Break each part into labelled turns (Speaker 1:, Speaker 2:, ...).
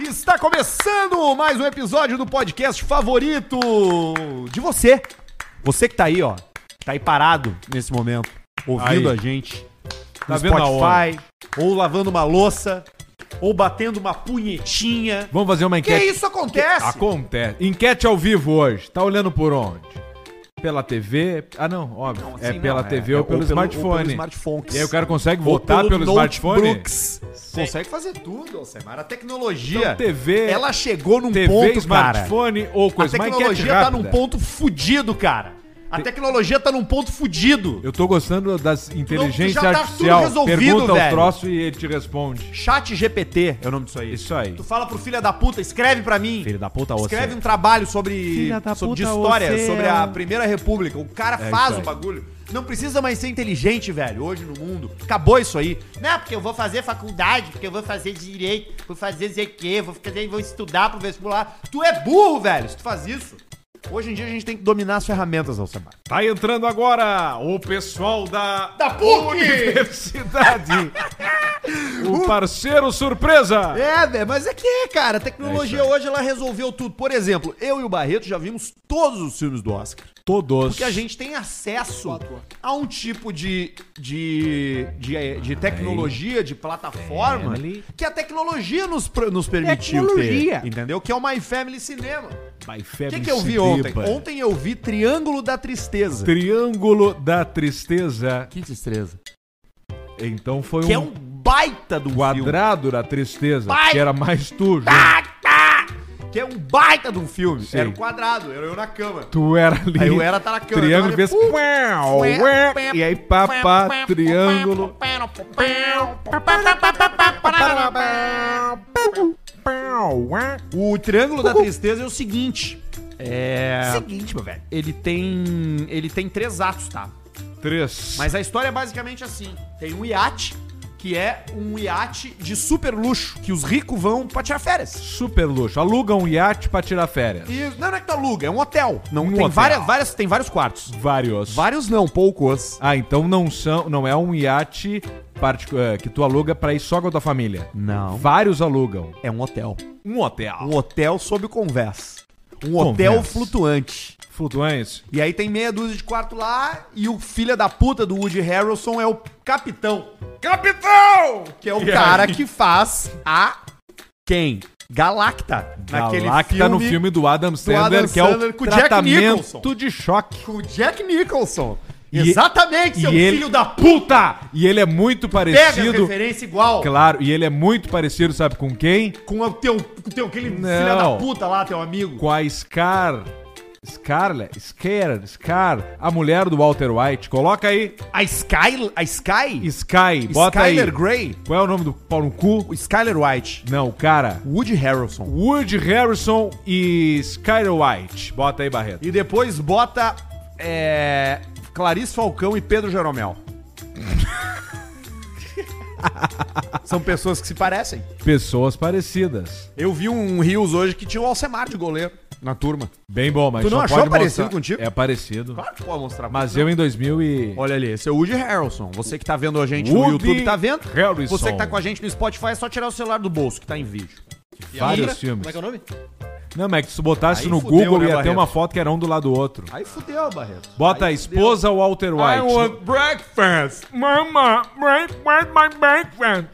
Speaker 1: Está começando mais um episódio do podcast favorito de você. Você que tá aí, ó. que Tá aí parado nesse momento, ouvindo
Speaker 2: Aí.
Speaker 1: a gente.
Speaker 2: Tá
Speaker 1: no
Speaker 2: vendo a
Speaker 1: Spotify, ou lavando uma louça, ou batendo uma punhetinha.
Speaker 2: Vamos fazer uma
Speaker 1: Que
Speaker 2: enquete.
Speaker 1: isso acontece?
Speaker 2: Acontece. Enquete ao vivo hoje. Tá olhando por onde? Pela TV? Ah, não, óbvio. é
Speaker 1: Assim,
Speaker 2: pela
Speaker 1: não,
Speaker 2: TV ou, pelo smartphone.
Speaker 1: Ou pelo smartphone.
Speaker 2: E aí o cara consegue votar pelo, smartphone?
Speaker 1: Brooks. Consegue fazer tudo, Alcemar. A tecnologia,
Speaker 2: Então, TV,
Speaker 1: ela chegou num
Speaker 2: TV,
Speaker 1: um ponto, cara.
Speaker 2: smartphone ou
Speaker 1: A
Speaker 2: coisa. Uma enquete
Speaker 1: tecnologia tá
Speaker 2: rápida.
Speaker 1: num ponto fudido, cara. A tecnologia tá num ponto fudido.
Speaker 2: Eu tô gostando das
Speaker 1: já
Speaker 2: inteligência
Speaker 1: tá tudo
Speaker 2: artificial.
Speaker 1: resolvido,
Speaker 2: Pergunta
Speaker 1: velho.
Speaker 2: o troço e ele te responde.
Speaker 1: Chat GPT é o nome disso aí.
Speaker 2: Isso aí.
Speaker 1: Tu fala pro filho da puta, escreve pra mim.
Speaker 2: Filho da puta, ô,
Speaker 1: Escreve
Speaker 2: cê.
Speaker 1: um trabalho sobre,
Speaker 2: Filha da
Speaker 1: sobre de
Speaker 2: puta, ô,
Speaker 1: história,
Speaker 2: cê
Speaker 1: sobre
Speaker 2: é
Speaker 1: a
Speaker 2: um-
Speaker 1: Primeira República. O cara
Speaker 2: É
Speaker 1: faz
Speaker 2: isso
Speaker 1: o
Speaker 2: aí.
Speaker 1: bagulho. Não precisa mais ser inteligente, velho, hoje no mundo. Acabou isso aí. Não, porque eu vou fazer faculdade, porque eu vou fazer direito, vou fazer ZQ, vou, fazer, vou estudar pro vestibular. Tu é burro, velho, se tu faz isso. Hoje em dia a gente tem que dominar as ferramentas, Alcemar.
Speaker 2: Tá entrando agora o pessoal da
Speaker 1: Da PUC!
Speaker 2: Universidade. o parceiro surpresa.
Speaker 1: É, velho, mas é que é, cara. A tecnologia
Speaker 2: É isso
Speaker 1: hoje ela resolveu tudo. Por exemplo, eu e o Barreto já vimos todos os filmes do Oscar.
Speaker 2: Todos.
Speaker 1: Porque a gente tem acesso a um tipo de, de, eh, de,
Speaker 2: Ah,
Speaker 1: de
Speaker 2: é.
Speaker 1: tecnologia, de plataforma,
Speaker 2: Family.
Speaker 1: que a tecnologia nos, pro- nos permitiu
Speaker 2: Tecnologia.
Speaker 1: ter. Entendeu? Que é o My Family Cinema. O que,
Speaker 2: O
Speaker 1: que eu vi ontem? Ontem eu vi Triângulo da Tristeza.
Speaker 2: Triângulo da Tristeza.
Speaker 1: Que tristeza.
Speaker 2: Então foi
Speaker 1: Que é
Speaker 2: um
Speaker 1: um baita do filme.
Speaker 2: quadrado da Tristeza,
Speaker 1: Vai!
Speaker 2: que era mais tu, João.
Speaker 1: Ah! Tá, Que é um baita de um filme.
Speaker 2: Sim.
Speaker 1: Era um quadrado, era eu na cama.
Speaker 2: Tu era ali.
Speaker 1: Aí eu era, tá na cama.
Speaker 2: Triângulo,
Speaker 1: eu tava
Speaker 2: fez...
Speaker 1: ali,
Speaker 2: uau, ué, E aí papá, triângulo. Pau, ué.
Speaker 1: O Triângulo da Tristeza é o seguinte. É. Seguinte, meu velho. Ele tem. Ele tem três atos, tá?
Speaker 2: Três.
Speaker 1: Mas a história é basicamente assim: tem um iate, que é um iate de super luxo, que os ricos vão pra tirar férias.
Speaker 2: Super luxo. Aluga um iate pra tirar férias.
Speaker 1: E não não é que tu aluga, é um hotel. Não,
Speaker 2: Um
Speaker 1: tem
Speaker 2: hotel.
Speaker 1: várias, várias, tem vários quartos.
Speaker 2: Vários.
Speaker 1: Vários não, poucos.
Speaker 2: Ah, então não são, não é um iate particu- eh, que tu aluga pra ir só com a tua família.
Speaker 1: Não.
Speaker 2: Vários alugam.
Speaker 1: É um hotel.
Speaker 2: Um hotel.
Speaker 1: Um hotel sob convés. Um hotel
Speaker 2: Convés.
Speaker 1: flutuante.
Speaker 2: Flutuantes.
Speaker 1: E aí tem meia dúzia de quarto lá e o filho da puta do Woody Harrelson é o capitão.
Speaker 2: Capitão!
Speaker 1: Que é o
Speaker 2: E
Speaker 1: cara
Speaker 2: aí?
Speaker 1: que faz a quem? Galacta.
Speaker 2: Galacta tá no filme do Adam Sandler,
Speaker 1: Adam
Speaker 2: que é o
Speaker 1: Sandler com o Jack
Speaker 2: tratamento
Speaker 1: Nicholson.
Speaker 2: de choque.
Speaker 1: com o Jack Nicholson.
Speaker 2: E-
Speaker 1: Exatamente,
Speaker 2: e
Speaker 1: seu
Speaker 2: ele-
Speaker 1: é um filho da puta!
Speaker 2: E ele é muito
Speaker 1: Pega a
Speaker 2: parecido.
Speaker 1: referência igual
Speaker 2: Claro, e ele é muito parecido, sabe com quem?
Speaker 1: com o teu, com o teu aquele filho da
Speaker 2: Não.
Speaker 1: puta lá, teu amigo.
Speaker 2: Com a Scar. Scarlet? Scar, Scar, a mulher do Walter White. Coloca aí.
Speaker 1: A Sky, a Sky?
Speaker 2: Sky, bota
Speaker 1: Skyler
Speaker 2: aí.
Speaker 1: Grey?
Speaker 2: Qual é o nome do pau no cu?
Speaker 1: O Skyler White.
Speaker 2: Não, cara.
Speaker 1: Woody Harrelson.
Speaker 2: Wood Harrison e Skyler White. Bota aí, Barreto.
Speaker 1: E depois bota é, Clarice Falcão e Pedro Jeromel. São pessoas que se parecem.
Speaker 2: Pessoas parecidas.
Speaker 1: Eu vi um Rios hoje que tinha o Alcemar de goleiro na turma.
Speaker 2: Bem bom, mas
Speaker 1: Tu não
Speaker 2: só
Speaker 1: achou
Speaker 2: pode
Speaker 1: parecido
Speaker 2: mostrar-
Speaker 1: contigo?
Speaker 2: É parecido.
Speaker 1: Claro que pode mostrar.
Speaker 2: Mas eu em 2000 e...
Speaker 1: Olha ali, esse é o Woody Harrelson. Você que tá vendo a gente no
Speaker 2: Woody
Speaker 1: YouTube tá vendo.
Speaker 2: Harrelson.
Speaker 1: Você que tá com a gente no Spotify é só tirar o celular do bolso que tá em vídeo.
Speaker 2: Vários
Speaker 1: outra?
Speaker 2: filmes.
Speaker 1: é o nome?
Speaker 2: Não, mas é que se botasse
Speaker 1: Aí
Speaker 2: no
Speaker 1: fudeu,
Speaker 2: Google
Speaker 1: né,
Speaker 2: ia ter
Speaker 1: Barreto?
Speaker 2: uma foto que era um do lado do outro.
Speaker 1: Aí fudeu, Barreto.
Speaker 2: Bota
Speaker 1: Aí
Speaker 2: a esposa Walter White.
Speaker 1: breakfast.
Speaker 2: Mama, where's my breakfast?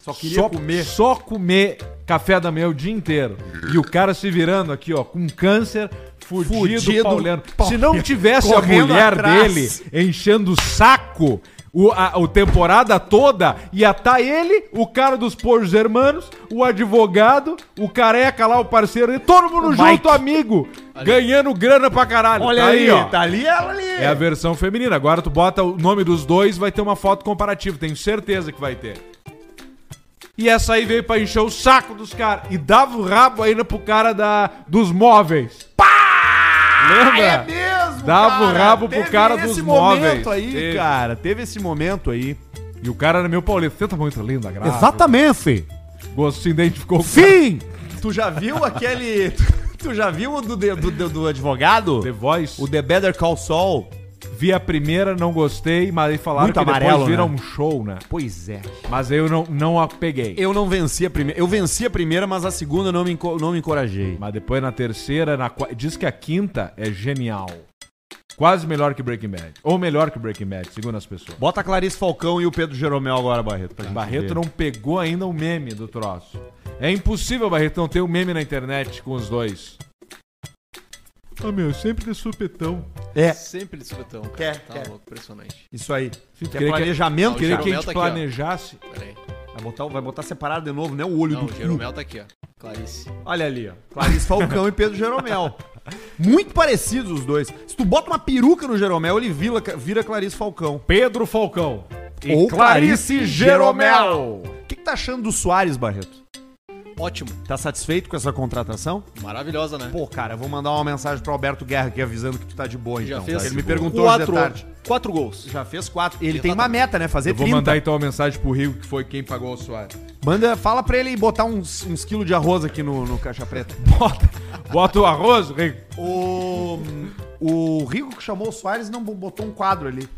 Speaker 1: Só queria
Speaker 2: Só
Speaker 1: comer.
Speaker 2: comer. Só comer café da manhã o dia inteiro. E o cara se virando aqui, ó, com câncer, fudido,
Speaker 1: Fudido,
Speaker 2: pauleano.
Speaker 1: pau-
Speaker 2: Se não tivesse a
Speaker 1: correndo
Speaker 2: mulher
Speaker 1: atrás.
Speaker 2: dele enchendo o saco o, a, o temporada toda, ia tá ele, o cara dos Porjos Hermanos, o advogado, o careca lá, o parceiro, e todo mundo
Speaker 1: O
Speaker 2: junto,
Speaker 1: Mike.
Speaker 2: amigo, ganhando grana pra caralho.
Speaker 1: Olha
Speaker 2: Tá
Speaker 1: aí, Tá ali ela ali.
Speaker 2: É a versão feminina. Agora tu bota o nome dos dois, vai ter uma foto comparativa. Tenho certeza que vai ter. E essa aí veio pra encher o saco dos caras. E dava o rabo ainda pro cara da, dos móveis. Lembra?
Speaker 1: É mesmo,
Speaker 2: Dava o Né? um rabo pro
Speaker 1: Teve
Speaker 2: cara dos móveis.
Speaker 1: momento aí,
Speaker 2: Teve.
Speaker 1: cara. Teve esse momento aí.
Speaker 2: E o cara era meu paulista. Você tá muito linda, graça.
Speaker 1: Ah, Exatamente.
Speaker 2: Gosto se identificou com o cara.
Speaker 1: Sim! Tu já viu aquele... Tu já viu o do, de- do, do- do advogado?
Speaker 2: The Voice.
Speaker 1: O The Better Call Saul?
Speaker 2: Vi a primeira, não gostei, mas aí falaram
Speaker 1: Muito
Speaker 2: que
Speaker 1: amarelo,
Speaker 2: depois vira
Speaker 1: né?
Speaker 2: um show, né?
Speaker 1: Pois é.
Speaker 2: Mas eu não, não a peguei.
Speaker 1: Eu não venci a primeira. Eu venci a primeira, mas a segunda eu não me, enco- não me encorajei.
Speaker 2: Mas depois na terceira, na qua- diz que a quinta é genial. Quase melhor que Breaking Bad. Ou melhor que Breaking Bad, segundo as pessoas.
Speaker 1: Bota a Clarice Falcão e o Pedro Jeromel agora, Barreto. pra gente
Speaker 2: Barreto
Speaker 1: ver.
Speaker 2: não pegou ainda o meme do troço. É impossível, Barreto, não ter um meme na internet com os dois. Ah, meu, sempre de supetão.
Speaker 1: É,
Speaker 3: Sempre de supetão, cara.
Speaker 1: Quer,
Speaker 3: tá
Speaker 1: quer.
Speaker 3: louco, impressionante.
Speaker 1: isso aí.
Speaker 2: Sim,
Speaker 1: Que é
Speaker 2: queria que-
Speaker 1: planejamento,
Speaker 3: Não,
Speaker 2: Queria
Speaker 1: cara.
Speaker 2: que a
Speaker 3: Jeromel
Speaker 2: gente
Speaker 3: tá aqui, ó.
Speaker 2: planejasse.
Speaker 3: Pera aí.
Speaker 1: Vai botar, vai botar separado de novo, né? O olho
Speaker 3: Não, o
Speaker 1: do cu.
Speaker 3: Jeromel tá aqui, ó. Clarice.
Speaker 1: Olha ali, ó. Clarice Falcão e Pedro Jeromel. Muito parecidos os dois. Se tu bota uma peruca no Jeromel, ele vira, vira Clarice Falcão.
Speaker 2: Pedro Falcão. E
Speaker 1: Ou
Speaker 2: Clarice
Speaker 1: Clarice
Speaker 2: Jeromel.
Speaker 1: O que, que tá achando do Soares, Barreto?
Speaker 3: Ótimo.
Speaker 1: Tá satisfeito com essa contratação?
Speaker 3: Maravilhosa, né?
Speaker 1: Pô, cara, eu vou mandar uma mensagem pro Alberto Guerra aqui avisando que tu tá de boa,
Speaker 3: Já
Speaker 1: então.
Speaker 3: fez
Speaker 1: Ele me perguntou hoje de
Speaker 3: quatro,
Speaker 1: tarde.
Speaker 3: quatro gols.
Speaker 1: Já fez quatro. Ele
Speaker 3: Já
Speaker 1: tem
Speaker 3: tá
Speaker 1: uma
Speaker 3: bom.
Speaker 1: meta, né? Fazer
Speaker 2: Eu vou
Speaker 1: 30.
Speaker 2: mandar então uma mensagem pro Rio, que foi quem pagou o Soares.
Speaker 1: Manda, fala pra ele botar uns, uns quilos de arroz aqui no, no caixa preta.
Speaker 2: Bota, bota o arroz, Rico.
Speaker 1: O, o Rico que chamou o Soares não botou um quadro ali.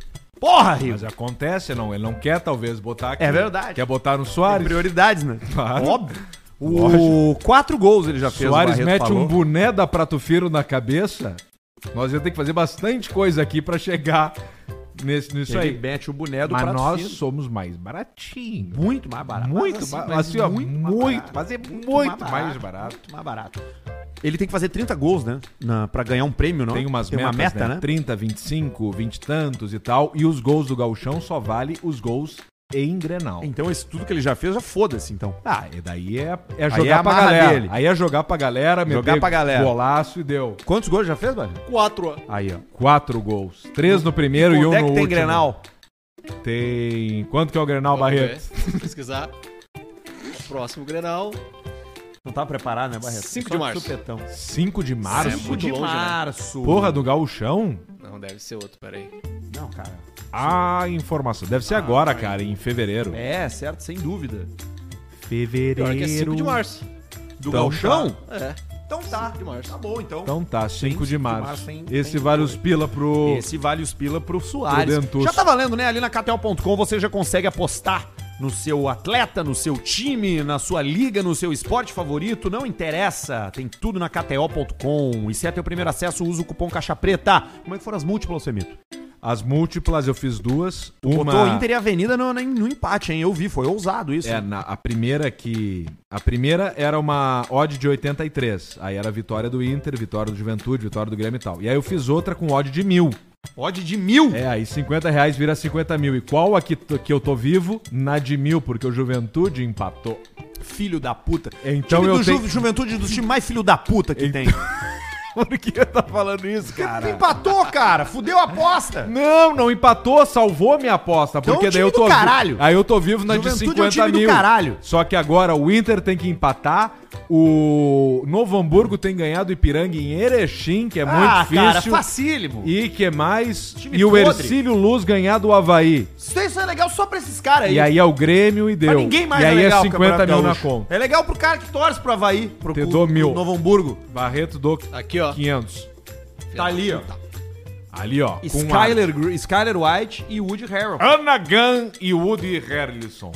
Speaker 1: Porra, Rico!
Speaker 2: Mas acontece, não. Ele não quer, talvez, botar aqui.
Speaker 1: É verdade.
Speaker 2: Quer botar no
Speaker 1: Tem
Speaker 2: Soares.
Speaker 1: prioridades, né?
Speaker 2: Claro.
Speaker 1: Óbvio. O,
Speaker 2: Lógico.
Speaker 1: quatro gols ele já fez. o
Speaker 2: Soares
Speaker 1: Barreto
Speaker 2: mete
Speaker 1: falou.
Speaker 2: um boné da Prato Firo na cabeça. Nós ia ter que fazer bastante coisa aqui pra chegar nesse, nisso
Speaker 1: Ele
Speaker 2: aí.
Speaker 1: mete o boné do
Speaker 2: Mas
Speaker 1: Prato
Speaker 2: nós
Speaker 1: Fino.
Speaker 2: somos mais baratinhos.
Speaker 1: Muito mais barato.
Speaker 2: Muito,
Speaker 1: Mas
Speaker 2: ba-
Speaker 1: mas
Speaker 2: assim, ó, muito,
Speaker 1: mais barato.
Speaker 2: mas é muito mais barato.
Speaker 1: Muito mais barato. Ele tem que fazer 30 gols, né? Na, pra ganhar um prêmio, não?
Speaker 2: Tem umas metas,
Speaker 1: uma meta, né?
Speaker 2: 30, 25, 20 e tantos e tal. E os gols do gauchão só vale os gols em Grenal.
Speaker 1: Então, esse tudo que ele já fez, já foda-se, então.
Speaker 2: Ah, e daí é, é
Speaker 1: Aí
Speaker 2: jogar
Speaker 1: é a
Speaker 2: pra
Speaker 1: marra
Speaker 2: galera.
Speaker 1: dele.
Speaker 2: Aí é jogar pra galera,
Speaker 1: Jogar
Speaker 2: meter
Speaker 1: pra galera.
Speaker 2: golaço e deu.
Speaker 1: Quantos gols já fez, Barreto?
Speaker 3: Quatro.
Speaker 1: Aí, ó.
Speaker 2: Quatro gols. Três no primeiro e
Speaker 1: Onde
Speaker 2: um no
Speaker 1: é que tem
Speaker 2: último.
Speaker 1: Grenal?
Speaker 2: Tem. Quanto que é o Grenal, Barreto?
Speaker 3: Vamos ver, Pesquisar. Próximo Grenal.
Speaker 1: Não tava preparado, né, Barreto?
Speaker 3: Cinco
Speaker 1: Só
Speaker 3: de março.
Speaker 1: Supetão.
Speaker 2: 5 de março?
Speaker 3: Cinco de- longe, né?
Speaker 1: março.
Speaker 2: Porra do gauchão?
Speaker 3: Não, deve ser outro, peraí.
Speaker 1: Não, cara.
Speaker 2: Ah, informação. Deve ser agora, cara, em fevereiro.
Speaker 1: É, certo, sem dúvida.
Speaker 2: Fevereiro.
Speaker 3: Pior que é 5 de março.
Speaker 1: Do
Speaker 2: Então
Speaker 1: Galchão?
Speaker 3: É.
Speaker 1: Então tá.
Speaker 3: de março.
Speaker 1: Tá bom, então.
Speaker 2: Então tá, 5 de
Speaker 1: de
Speaker 2: março.
Speaker 1: março, hein?
Speaker 2: Esse
Speaker 1: Tem
Speaker 2: vale
Speaker 1: dois.
Speaker 2: os pila pro.
Speaker 1: Esse vale os pila pro Soares.
Speaker 2: Prudentoso.
Speaker 1: Já tá valendo, né? Ali na KTO.com você já consegue apostar no seu atleta, no seu time, na sua liga, no seu esporte favorito, não interessa. Tem tudo na KTO.com. E se é teu primeiro acesso, usa o cupom Caixa Preta. Como é que foram as múltiplas, Semito?
Speaker 2: As múltiplas eu fiz duas.
Speaker 1: Botou
Speaker 2: Uma.
Speaker 1: Inter e Avenida no, no empate, hein? Eu vi, foi ousado isso.
Speaker 2: É, na- a primeira que. A primeira era uma odd de 83. Aí era vitória do Inter, vitória do Juventude, vitória do Grêmio e tal. E aí eu fiz outra com odd de mil.
Speaker 1: Pode de mil.
Speaker 2: É, aí 50 reais vira 50 mil. E qual aqui t- que eu tô vivo? Na de mil, porque o Juventude empatou.
Speaker 1: Filho da puta.
Speaker 2: Então
Speaker 1: time
Speaker 2: eu
Speaker 1: do
Speaker 2: tenho- Então-
Speaker 1: Ju- Juventude do time mais filho da puta que tem.
Speaker 2: Por que eu tô falando isso,
Speaker 1: Tu empatou, cara. Fudeu a aposta.
Speaker 2: Não, não empatou, salvou minha aposta.
Speaker 1: Então
Speaker 2: Porque
Speaker 1: é um
Speaker 2: daí
Speaker 1: time
Speaker 2: eu tô.
Speaker 1: do
Speaker 2: vi-
Speaker 1: caralho.
Speaker 2: Aí eu tô vivo na de
Speaker 1: Juventude
Speaker 2: 50
Speaker 1: é um time do
Speaker 2: mil.
Speaker 1: caralho.
Speaker 2: Só que agora o Inter tem que empatar. O Novo Hamburgo tem ganhado o Ipiranga em Erechim, que é muito
Speaker 1: Ah, cara,
Speaker 2: difícil.
Speaker 1: facílimo.
Speaker 2: E que mais?
Speaker 1: Time
Speaker 2: E o
Speaker 1: podre.
Speaker 2: Ercílio Luz ganhar do Havaí.
Speaker 1: Isso, isso é legal só pra esses caras aí.
Speaker 2: E aí é o Grêmio e deu.
Speaker 1: Pra ninguém mais
Speaker 2: e aí
Speaker 1: legal
Speaker 2: é
Speaker 1: o
Speaker 2: 50
Speaker 1: Campeonato
Speaker 2: mil na
Speaker 1: Gaúcho.
Speaker 2: conta.
Speaker 1: É legal pro cara que torce pro Havaí, pro
Speaker 2: Te
Speaker 1: cu-
Speaker 2: dou
Speaker 1: pro
Speaker 2: mil.
Speaker 1: Novo Hamburgo.
Speaker 2: Barreto do
Speaker 3: Aqui, ó.
Speaker 2: 500.
Speaker 1: Tá ali, ó.
Speaker 2: Ali, ó. com a-
Speaker 1: Skyler, Gr- Skyler White e Woody Harrell.
Speaker 2: Ana Gunn e Woody Harrelson.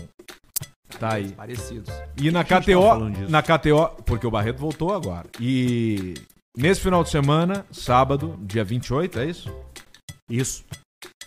Speaker 2: Tá aí.
Speaker 1: Parecidos.
Speaker 2: E na
Speaker 1: que a gente tava
Speaker 2: KTO,
Speaker 1: falando disso?
Speaker 2: na KTO, porque o Barreto voltou agora. E nesse final de semana, sábado, dia 28, é isso?
Speaker 1: Isso.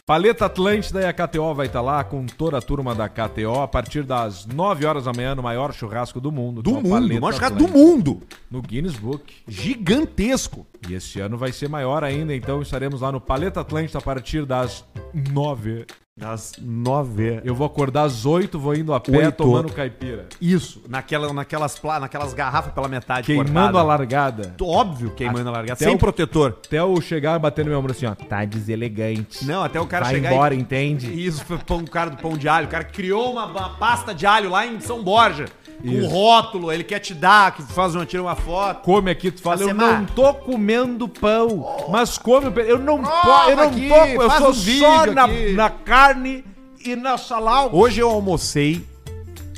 Speaker 2: Paleta Atlântida e a KTO vai estar lá com toda a turma da KTO a partir das 9 horas da manhã no maior churrasco do mundo.
Speaker 1: Do
Speaker 2: com a
Speaker 1: mundo.
Speaker 2: Paleta
Speaker 1: Nós jogamos do
Speaker 2: Atlântida,
Speaker 1: mundo.
Speaker 2: No Guinness Book.
Speaker 1: Gigantesco.
Speaker 2: E esse ano vai ser maior ainda, então estaremos lá no Paleta Atlântida a partir das 9.
Speaker 1: Das nove.
Speaker 2: Eu vou acordar às 8, vou indo a pé
Speaker 1: Oito.
Speaker 2: tomando caipira.
Speaker 1: Isso. Naquela, naquelas, pla- naquelas garrafas pela metade
Speaker 2: Queimando
Speaker 1: cortada.
Speaker 2: a largada.
Speaker 1: Óbvio, queimando a largada.
Speaker 2: Até
Speaker 1: Sem
Speaker 2: o-
Speaker 1: protetor.
Speaker 2: Até eu chegar e bater no meu ombro assim, ó. Tá deselegante.
Speaker 1: Não, até o cara
Speaker 2: Vai
Speaker 1: chegar
Speaker 2: embora,
Speaker 1: e...
Speaker 2: entende?
Speaker 1: Isso foi pão- o cara do pão de alho. O cara criou uma, uma pasta de alho lá em São Borja. Com
Speaker 2: Isso.
Speaker 1: rótulo, ele quer te dar, que faz uma, tira uma foto.
Speaker 2: Come aqui, tu fala, eu
Speaker 1: Alcemar.
Speaker 2: não tô comendo pão, mas come o pe- Eu não,
Speaker 1: Prova
Speaker 2: po, eu não
Speaker 1: aqui,
Speaker 2: tô, eu
Speaker 1: faz
Speaker 2: sou
Speaker 1: um vídeo
Speaker 2: só na,
Speaker 1: aqui.
Speaker 2: na carne e na salada.
Speaker 1: Hoje eu almocei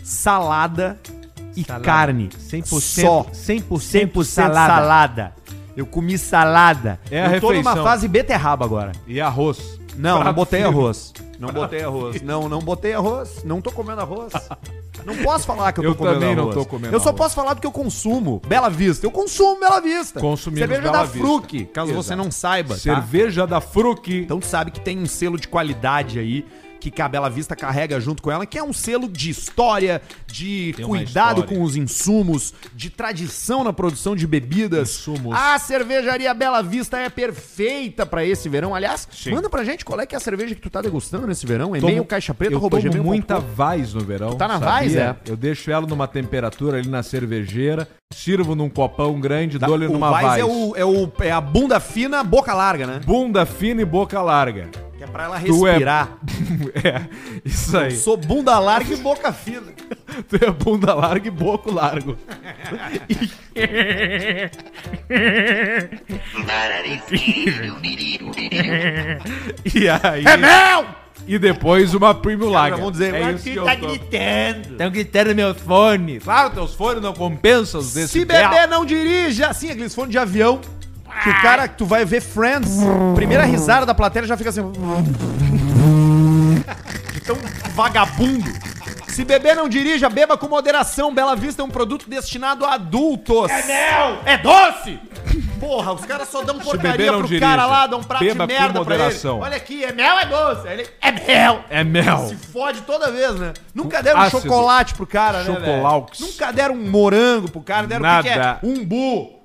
Speaker 1: salada e carne.
Speaker 2: 100%,
Speaker 1: Só.
Speaker 2: 100%,
Speaker 1: 100% salada.
Speaker 2: salada.
Speaker 1: Eu comi salada.
Speaker 2: É a
Speaker 1: eu tô numa
Speaker 2: refeição.
Speaker 1: fase beterraba agora.
Speaker 2: E arroz.
Speaker 1: Não, não
Speaker 2: Prato
Speaker 1: botei
Speaker 2: firme.
Speaker 1: arroz. Não botei arroz. Não, não botei arroz. Não tô comendo arroz. Não posso falar que eu tô
Speaker 2: Eu
Speaker 1: comendo
Speaker 2: também não
Speaker 1: arroz.
Speaker 2: tô comendo
Speaker 1: Eu só
Speaker 2: arroz.
Speaker 1: posso falar do que eu consumo. Bela Vista. Eu consumo Bela Vista.
Speaker 2: Consumimos
Speaker 1: Cerveja
Speaker 2: Bela
Speaker 1: da
Speaker 2: Vista.
Speaker 1: Fruc, caso
Speaker 2: Exato.
Speaker 1: você não saiba, tá?
Speaker 2: Cerveja da Fruc.
Speaker 1: Então tu sabe que tem um selo de qualidade aí que a Bela Vista carrega junto com ela, que é um selo de história, de
Speaker 2: Tem uma
Speaker 1: cuidado
Speaker 2: história.
Speaker 1: com os insumos, de tradição na produção de bebidas.
Speaker 2: Insumos.
Speaker 1: A cervejaria Bela Vista é perfeita pra esse verão. Aliás,
Speaker 2: Sim.
Speaker 1: manda pra gente qual é que é a cerveja que tu tá degustando nesse verão.
Speaker 2: Tomo-
Speaker 1: E-mail caixapreta,
Speaker 2: Eu
Speaker 1: arroba
Speaker 2: tomo
Speaker 1: gmail ponto com.
Speaker 2: muita vaz no verão.
Speaker 1: tá na
Speaker 2: sabia?
Speaker 1: vaz, é?
Speaker 2: Eu deixo ela numa temperatura ali na cervejeira, sirvo num copão grande, dou-lhe
Speaker 1: o
Speaker 2: numa
Speaker 1: Weiss
Speaker 2: vaz.
Speaker 1: É, o, é, o, é a bunda fina, boca larga, né?
Speaker 2: Bunda fina e boca larga.
Speaker 1: Que é pra ela
Speaker 2: Tu é-
Speaker 1: respirar.
Speaker 2: é, isso aí.
Speaker 1: Sou bunda larga e boca fina.
Speaker 2: Tu é bunda larga e boco largo. e aí...
Speaker 1: É meu!
Speaker 2: E depois uma Premium Lager.
Speaker 1: vão dizer,
Speaker 2: é
Speaker 1: "Mas
Speaker 2: isso
Speaker 1: tu
Speaker 2: que eu
Speaker 1: tá
Speaker 2: tô-
Speaker 1: gritando.
Speaker 2: Estão gritando meu fone. Claro, teus fones não compensam os desse
Speaker 1: Se beber, não dirige. Assim, aqueles fones de avião. Que o cara, que tu vai ver Friends, primeira risada da plateia já fica assim. Tão vagabundo. Se beber, não dirija. Beba com moderação. Bela Vista é um produto destinado a adultos. É mel! É doce! Porra, os caras só dão porcaria
Speaker 2: beber, não
Speaker 1: pro
Speaker 2: dirija.
Speaker 1: cara lá, dão um prato
Speaker 2: Beba
Speaker 1: de
Speaker 2: com
Speaker 1: merda pra ele.
Speaker 2: moderação.
Speaker 1: Olha aqui, é mel, é doce. Aí Ele, é mel!
Speaker 2: É mel.
Speaker 1: Se fode toda vez, né? Nunca deram
Speaker 2: Ácido.
Speaker 1: chocolate pro cara, né? velho?
Speaker 2: Ah, Chocolaux.
Speaker 1: Nunca deram um morango pro cara, deram o que que é?
Speaker 2: Nada.
Speaker 1: Um bu.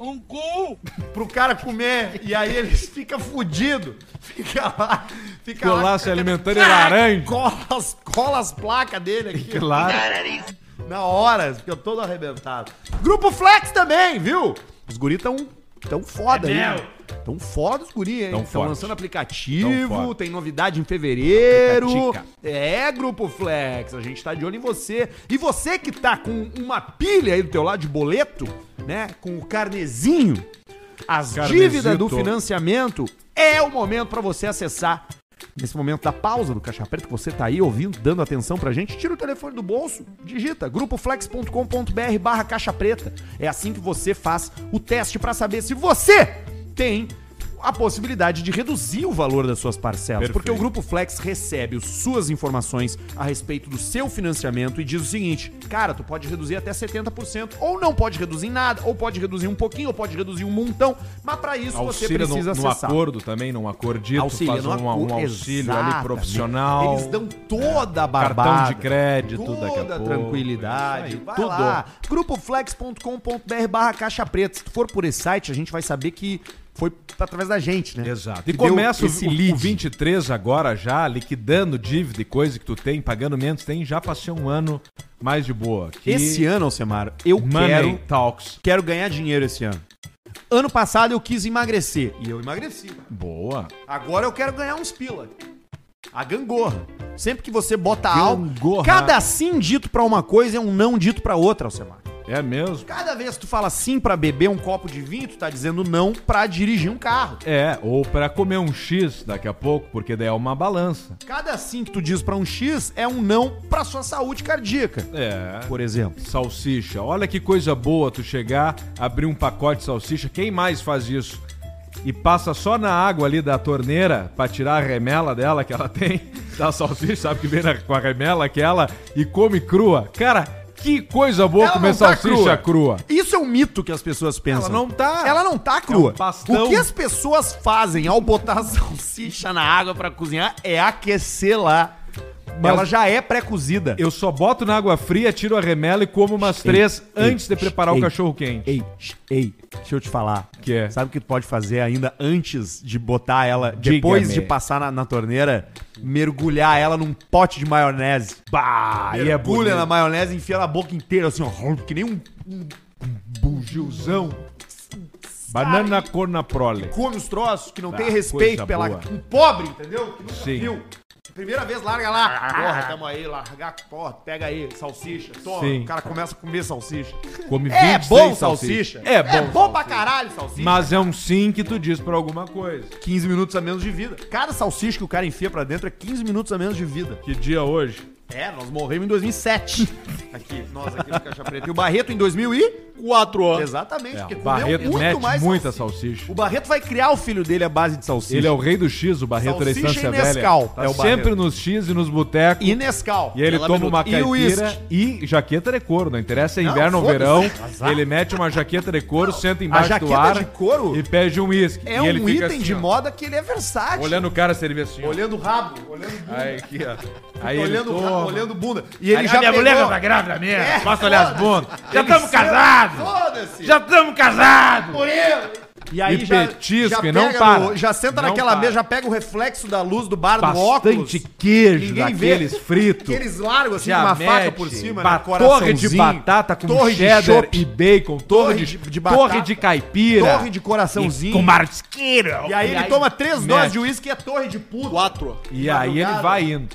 Speaker 1: Um cu pro cara comer. E aí eles ficam fudido. Fica lá. Fica
Speaker 2: Ficou lá se alimentando em laranja.
Speaker 1: Cola as, cola as placas dele aqui.
Speaker 2: Claro.
Speaker 1: Na hora, fica todo arrebentado. Grupo Flex também, viu? Os guris tão, tão foda aí. né? Tão foda os guris, hein?
Speaker 2: Tão
Speaker 1: Estão
Speaker 2: forte.
Speaker 1: lançando
Speaker 2: Tão
Speaker 1: aplicativo,
Speaker 2: forte.
Speaker 1: tem novidade em fevereiro.
Speaker 2: Aplicatica.
Speaker 1: É, Grupo Flex, a gente tá de olho em você. E você que tá com uma pilha aí do teu lado de boleto, né? Com o carnezinho, as
Speaker 2: Carnezito.
Speaker 1: dívidas do financiamento, é o momento pra você acessar. Nesse momento da pausa do Caixa Preta, que você tá aí ouvindo, dando atenção pra gente, tira o telefone do bolso, digita grupoflex.com.br barra caixa preta. É assim que você faz o teste pra saber se você tem a possibilidade de reduzir o valor das suas parcelas.
Speaker 2: Perfeito.
Speaker 1: Porque o Grupo Flex recebe as suas informações a respeito do seu financiamento e diz o seguinte: cara, tu pode reduzir até 70%, ou não pode reduzir nada, ou pode reduzir um pouquinho, ou pode reduzir um montão, mas pra isso você
Speaker 2: Auxília num,
Speaker 1: precisa
Speaker 2: num
Speaker 1: acessar
Speaker 2: acordo também, num acordito, faz
Speaker 1: no
Speaker 2: um,
Speaker 1: acu-
Speaker 2: um auxílio ali
Speaker 1: Exatamente.
Speaker 2: profissional.
Speaker 1: Eles dão toda a barbada.
Speaker 2: Cartão de crédito,
Speaker 1: toda
Speaker 2: daqui a
Speaker 1: a
Speaker 2: pouco.
Speaker 1: tranquilidade.
Speaker 2: Isso aí,
Speaker 1: Vai
Speaker 2: tudo.
Speaker 1: lá. Grupoflex.com.br barra caixa preta. Se tu for por esse site, a gente vai saber que foi através da gente, né?
Speaker 2: Exato. E
Speaker 1: Que
Speaker 2: começa
Speaker 1: deu
Speaker 2: o,
Speaker 1: esse
Speaker 2: o-
Speaker 1: lead.
Speaker 2: o 23 agora já, liquidando dívida e coisa que tu tem, pagando menos, tem, já passei um ano mais de boa. Que
Speaker 1: Esse ano, Alcemar, eu
Speaker 2: Money
Speaker 1: quero,
Speaker 2: Talks.
Speaker 1: quero ganhar dinheiro esse ano. Ano passado eu quis emagrecer. E eu emagreci.
Speaker 2: Boa.
Speaker 1: Agora eu quero ganhar uns pila. A gangorra. Sempre que você bota algo.
Speaker 2: Gangorra.
Speaker 1: Cada sim dito pra uma coisa é um não dito pra outra, Alcemar.
Speaker 2: É mesmo?
Speaker 1: Cada vez que tu fala sim pra beber um copo de vinho, tu tá dizendo não pra dirigir um carro.
Speaker 2: É, ou pra comer um X daqui a pouco, porque daí é uma balança.
Speaker 1: Cada sim que tu diz pra um X é um não pra sua saúde cardíaca,
Speaker 2: É.
Speaker 1: por exemplo.
Speaker 2: Salsicha. Olha que coisa boa tu chegar, abrir um pacote de salsicha. Quem mais faz isso? E passa só na água ali da torneira pra tirar a remela dela que ela tem, da salsicha, sabe que vem na- com a remela aquela, e come crua. Cara, que coisa boa
Speaker 1: Ela
Speaker 2: comer
Speaker 1: não tá
Speaker 2: salsicha crua.
Speaker 1: Isso é um mito que as pessoas pensam.
Speaker 2: Ela não tá.
Speaker 1: Ela não tá crua.
Speaker 2: É um pastão.
Speaker 1: o que as pessoas fazem ao botar a salsicha na água pra cozinhar é aquecer lá.
Speaker 2: Mas-
Speaker 1: Ela já é pré-cozida.
Speaker 2: Eu só boto na água fria, tiro a remela e como umas três antes de preparar o cachorro quente.
Speaker 1: Ei, sh- ei, deixa eu te falar.
Speaker 2: Que é?
Speaker 1: Sabe o que tu pode fazer ainda antes de botar ela,
Speaker 2: Diga-me.
Speaker 1: depois de passar na, na torneira, mergulhar ela num pote de maionese.
Speaker 2: Bah, aí é
Speaker 1: Mergulha
Speaker 2: bonito.
Speaker 1: na maionese e enfia na boca inteira, assim, ó, que nem um
Speaker 2: Bugilzão. Banana cor na prole.
Speaker 1: come os troços, que não tem
Speaker 2: Ah,
Speaker 1: respeito
Speaker 2: coisa
Speaker 1: pela.
Speaker 2: boa.
Speaker 1: Um pobre, entendeu? Que nunca
Speaker 2: Sim.
Speaker 1: viu. Primeira vez, larga lá. Porra, tamo aí, largar, porra, pega aí, salsicha, toma.
Speaker 2: Sim.
Speaker 1: O cara começa a comer salsicha.
Speaker 2: Come
Speaker 1: É
Speaker 2: 26
Speaker 1: bom salsicha.
Speaker 2: É bom.
Speaker 1: É bom pra caralho salsicha.
Speaker 2: Mas é um sim que tu diz pra alguma coisa.
Speaker 1: 15 minutos a menos de vida. Cada salsicha que o cara enfia pra dentro é 15 minutos a menos de vida.
Speaker 2: Que dia hoje?
Speaker 1: É, nós morremos em 2007. aqui, nós aqui no Caixa Preta. E o Barreto em 2000 e...
Speaker 3: quatro anos.
Speaker 1: Exatamente, porque comeu
Speaker 2: É, Barreto mete muita
Speaker 1: salsicha.
Speaker 2: salsicha.
Speaker 1: O Barreto vai criar o filho dele à base de salsicha.
Speaker 2: Ele é o rei do X, o Barreto da
Speaker 1: Salsicha
Speaker 2: Estância
Speaker 1: e
Speaker 2: Velha.
Speaker 1: Nescau.
Speaker 2: Tá
Speaker 1: É o
Speaker 2: sempre
Speaker 1: Barreto.
Speaker 2: nos X e nos botecos.
Speaker 1: E Nescau.
Speaker 2: E ele
Speaker 3: Ela
Speaker 2: toma
Speaker 3: minuto.
Speaker 2: uma
Speaker 1: E
Speaker 2: caipira
Speaker 1: uísque.
Speaker 2: e, jaqueta de couro. Não interessa é
Speaker 1: Não,
Speaker 2: inverno ou
Speaker 1: foda-se.
Speaker 2: verão.
Speaker 1: Azar.
Speaker 2: Ele mete uma jaqueta de couro, senta
Speaker 1: A
Speaker 2: embaixo do
Speaker 1: jaqueta
Speaker 2: ar
Speaker 1: de couro
Speaker 2: e pede um uísque.
Speaker 1: é
Speaker 2: E
Speaker 1: um
Speaker 2: ele
Speaker 1: item
Speaker 2: fica assim,
Speaker 1: de
Speaker 2: ó,
Speaker 1: moda que ele é versátil.
Speaker 2: Olhando o cara servir assim. ó.
Speaker 1: Olhando o rabo, olhando bunda.
Speaker 2: Aí aqui, ó. Aí ele
Speaker 1: olhando, o
Speaker 2: toma.
Speaker 1: rabo, olhando bunda. E ele
Speaker 2: Aí,
Speaker 1: já
Speaker 2: a minha
Speaker 1: pegou...
Speaker 2: mulher tá grávida mesmo.
Speaker 1: É,
Speaker 2: Posso olhar as bundas.
Speaker 1: Ele
Speaker 2: Já estamos
Speaker 1: senta-
Speaker 2: casados.
Speaker 1: Foda-se.
Speaker 2: Já estamos casados.
Speaker 1: por ele. E aí
Speaker 2: E
Speaker 1: já,
Speaker 2: petisca,
Speaker 1: já
Speaker 2: e não
Speaker 1: pega
Speaker 2: para.
Speaker 1: no- já senta
Speaker 2: Não
Speaker 1: naquela
Speaker 2: para.
Speaker 1: mesa, já pega o reflexo da luz do bar do óculos.
Speaker 2: Bastante queijo
Speaker 1: Ninguém vê.
Speaker 2: daqueles frito.
Speaker 1: Aqueles largos, assim,
Speaker 2: Já
Speaker 1: uma faca
Speaker 2: mete,
Speaker 1: por cima,
Speaker 2: ba-
Speaker 1: né,
Speaker 2: torre de
Speaker 1: coraçãozinho,
Speaker 2: batata com
Speaker 1: torre de
Speaker 2: cheddar
Speaker 1: chopp,
Speaker 2: e bacon, torre,
Speaker 1: torre
Speaker 2: de,
Speaker 1: de- de batata,
Speaker 2: torre de caipira,
Speaker 1: torre de coraçãozinho.
Speaker 2: e com marisqueira.
Speaker 1: E aí ele toma três
Speaker 2: mete.
Speaker 1: doses de uísque e é torre de puto.
Speaker 3: Quatro.
Speaker 2: E aí ele
Speaker 1: madrugada.
Speaker 2: vai indo.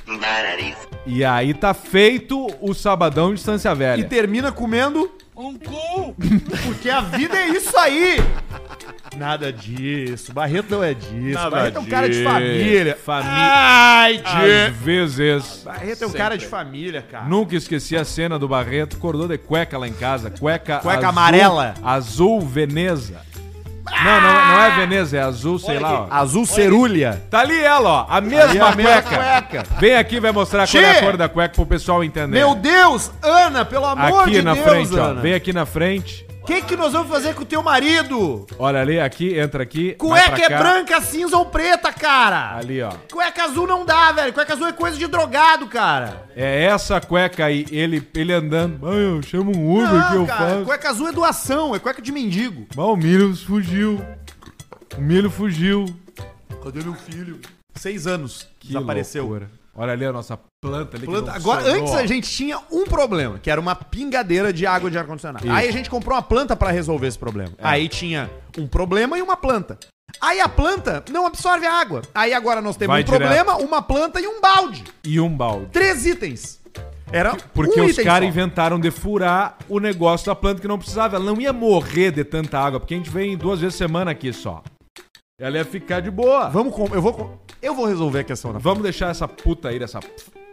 Speaker 2: E aí tá feito o sabadão de Estância
Speaker 1: E
Speaker 2: Velha.
Speaker 1: termina comendo
Speaker 3: Um gol!
Speaker 1: Porque a vida é isso aí. Nada disso. Barreto não é disso. Barreto é um cara de família.
Speaker 2: Então, Família. Ah,
Speaker 1: Ai,
Speaker 2: Às vezes.
Speaker 1: Barreto é um cara de família, cara.
Speaker 2: Nunca esqueci a cena do Barreto, acordou de cueca lá em casa. Cueca,
Speaker 1: Cueca amarela.
Speaker 2: Azul Veneza. Não, não, não é Veneza, é azul, sei lá. ó.
Speaker 1: Azul cerulha.
Speaker 2: Tá ali ela, ó. A mesma
Speaker 1: Ali a
Speaker 2: cueca. Né?
Speaker 1: mesma cueca.
Speaker 2: Vem aqui vai mostrar qual é a
Speaker 1: Tchê!
Speaker 2: cor da cueca pro pessoal entender.
Speaker 1: Meu Deus, Ana, pelo amor
Speaker 2: aqui
Speaker 1: de
Speaker 2: na
Speaker 1: Deus,
Speaker 2: frente, ó.
Speaker 1: Ana.
Speaker 2: Vem aqui na frente.
Speaker 1: O que, que nós vamos fazer com o teu marido?
Speaker 2: Olha ali, aqui, entra aqui. vai
Speaker 1: Cueca
Speaker 2: pra
Speaker 1: é
Speaker 2: cá.
Speaker 1: branca, cinza ou preta, cara.
Speaker 2: Ali, ó.
Speaker 1: Cueca azul não dá, velho. Cueca azul é coisa de drogado, cara.
Speaker 2: É essa cueca aí, ele, ele andando. Ah, eu chamo um Uber que eu faço.
Speaker 1: Cueca azul é doação, é cueca de mendigo.
Speaker 2: Mas o milho fugiu. O milho fugiu.
Speaker 1: Cadê meu filho? Seis anos.
Speaker 2: Que
Speaker 1: desapareceu.
Speaker 2: loucura. Olha ali a nossa planta ali. que
Speaker 1: Planta-
Speaker 2: não
Speaker 1: Agora,
Speaker 2: funcionou.
Speaker 1: antes a gente tinha um problema, que era uma pingadeira de água de ar-condicionado.
Speaker 2: Isso. É.
Speaker 1: Aí a gente comprou uma planta pra resolver esse problema. Aí tinha um problema e uma planta. Aí a planta não absorve a água. Aí agora nós temos
Speaker 2: Vai
Speaker 1: um
Speaker 2: direto.
Speaker 1: problema, uma planta e um balde.
Speaker 2: E um balde.
Speaker 1: Três itens. Era
Speaker 2: Porque
Speaker 1: um
Speaker 2: os
Speaker 1: item
Speaker 2: caras
Speaker 1: só.
Speaker 2: inventaram de furar o negócio da planta que não precisava. Ela não ia morrer de tanta água, porque a gente vem duas vezes semana aqui só. Ela ia ficar de boa. Vamos,
Speaker 1: Vamos com... eu vou com- eu vou resolver a questão da
Speaker 2: deixar essa puta aí, essa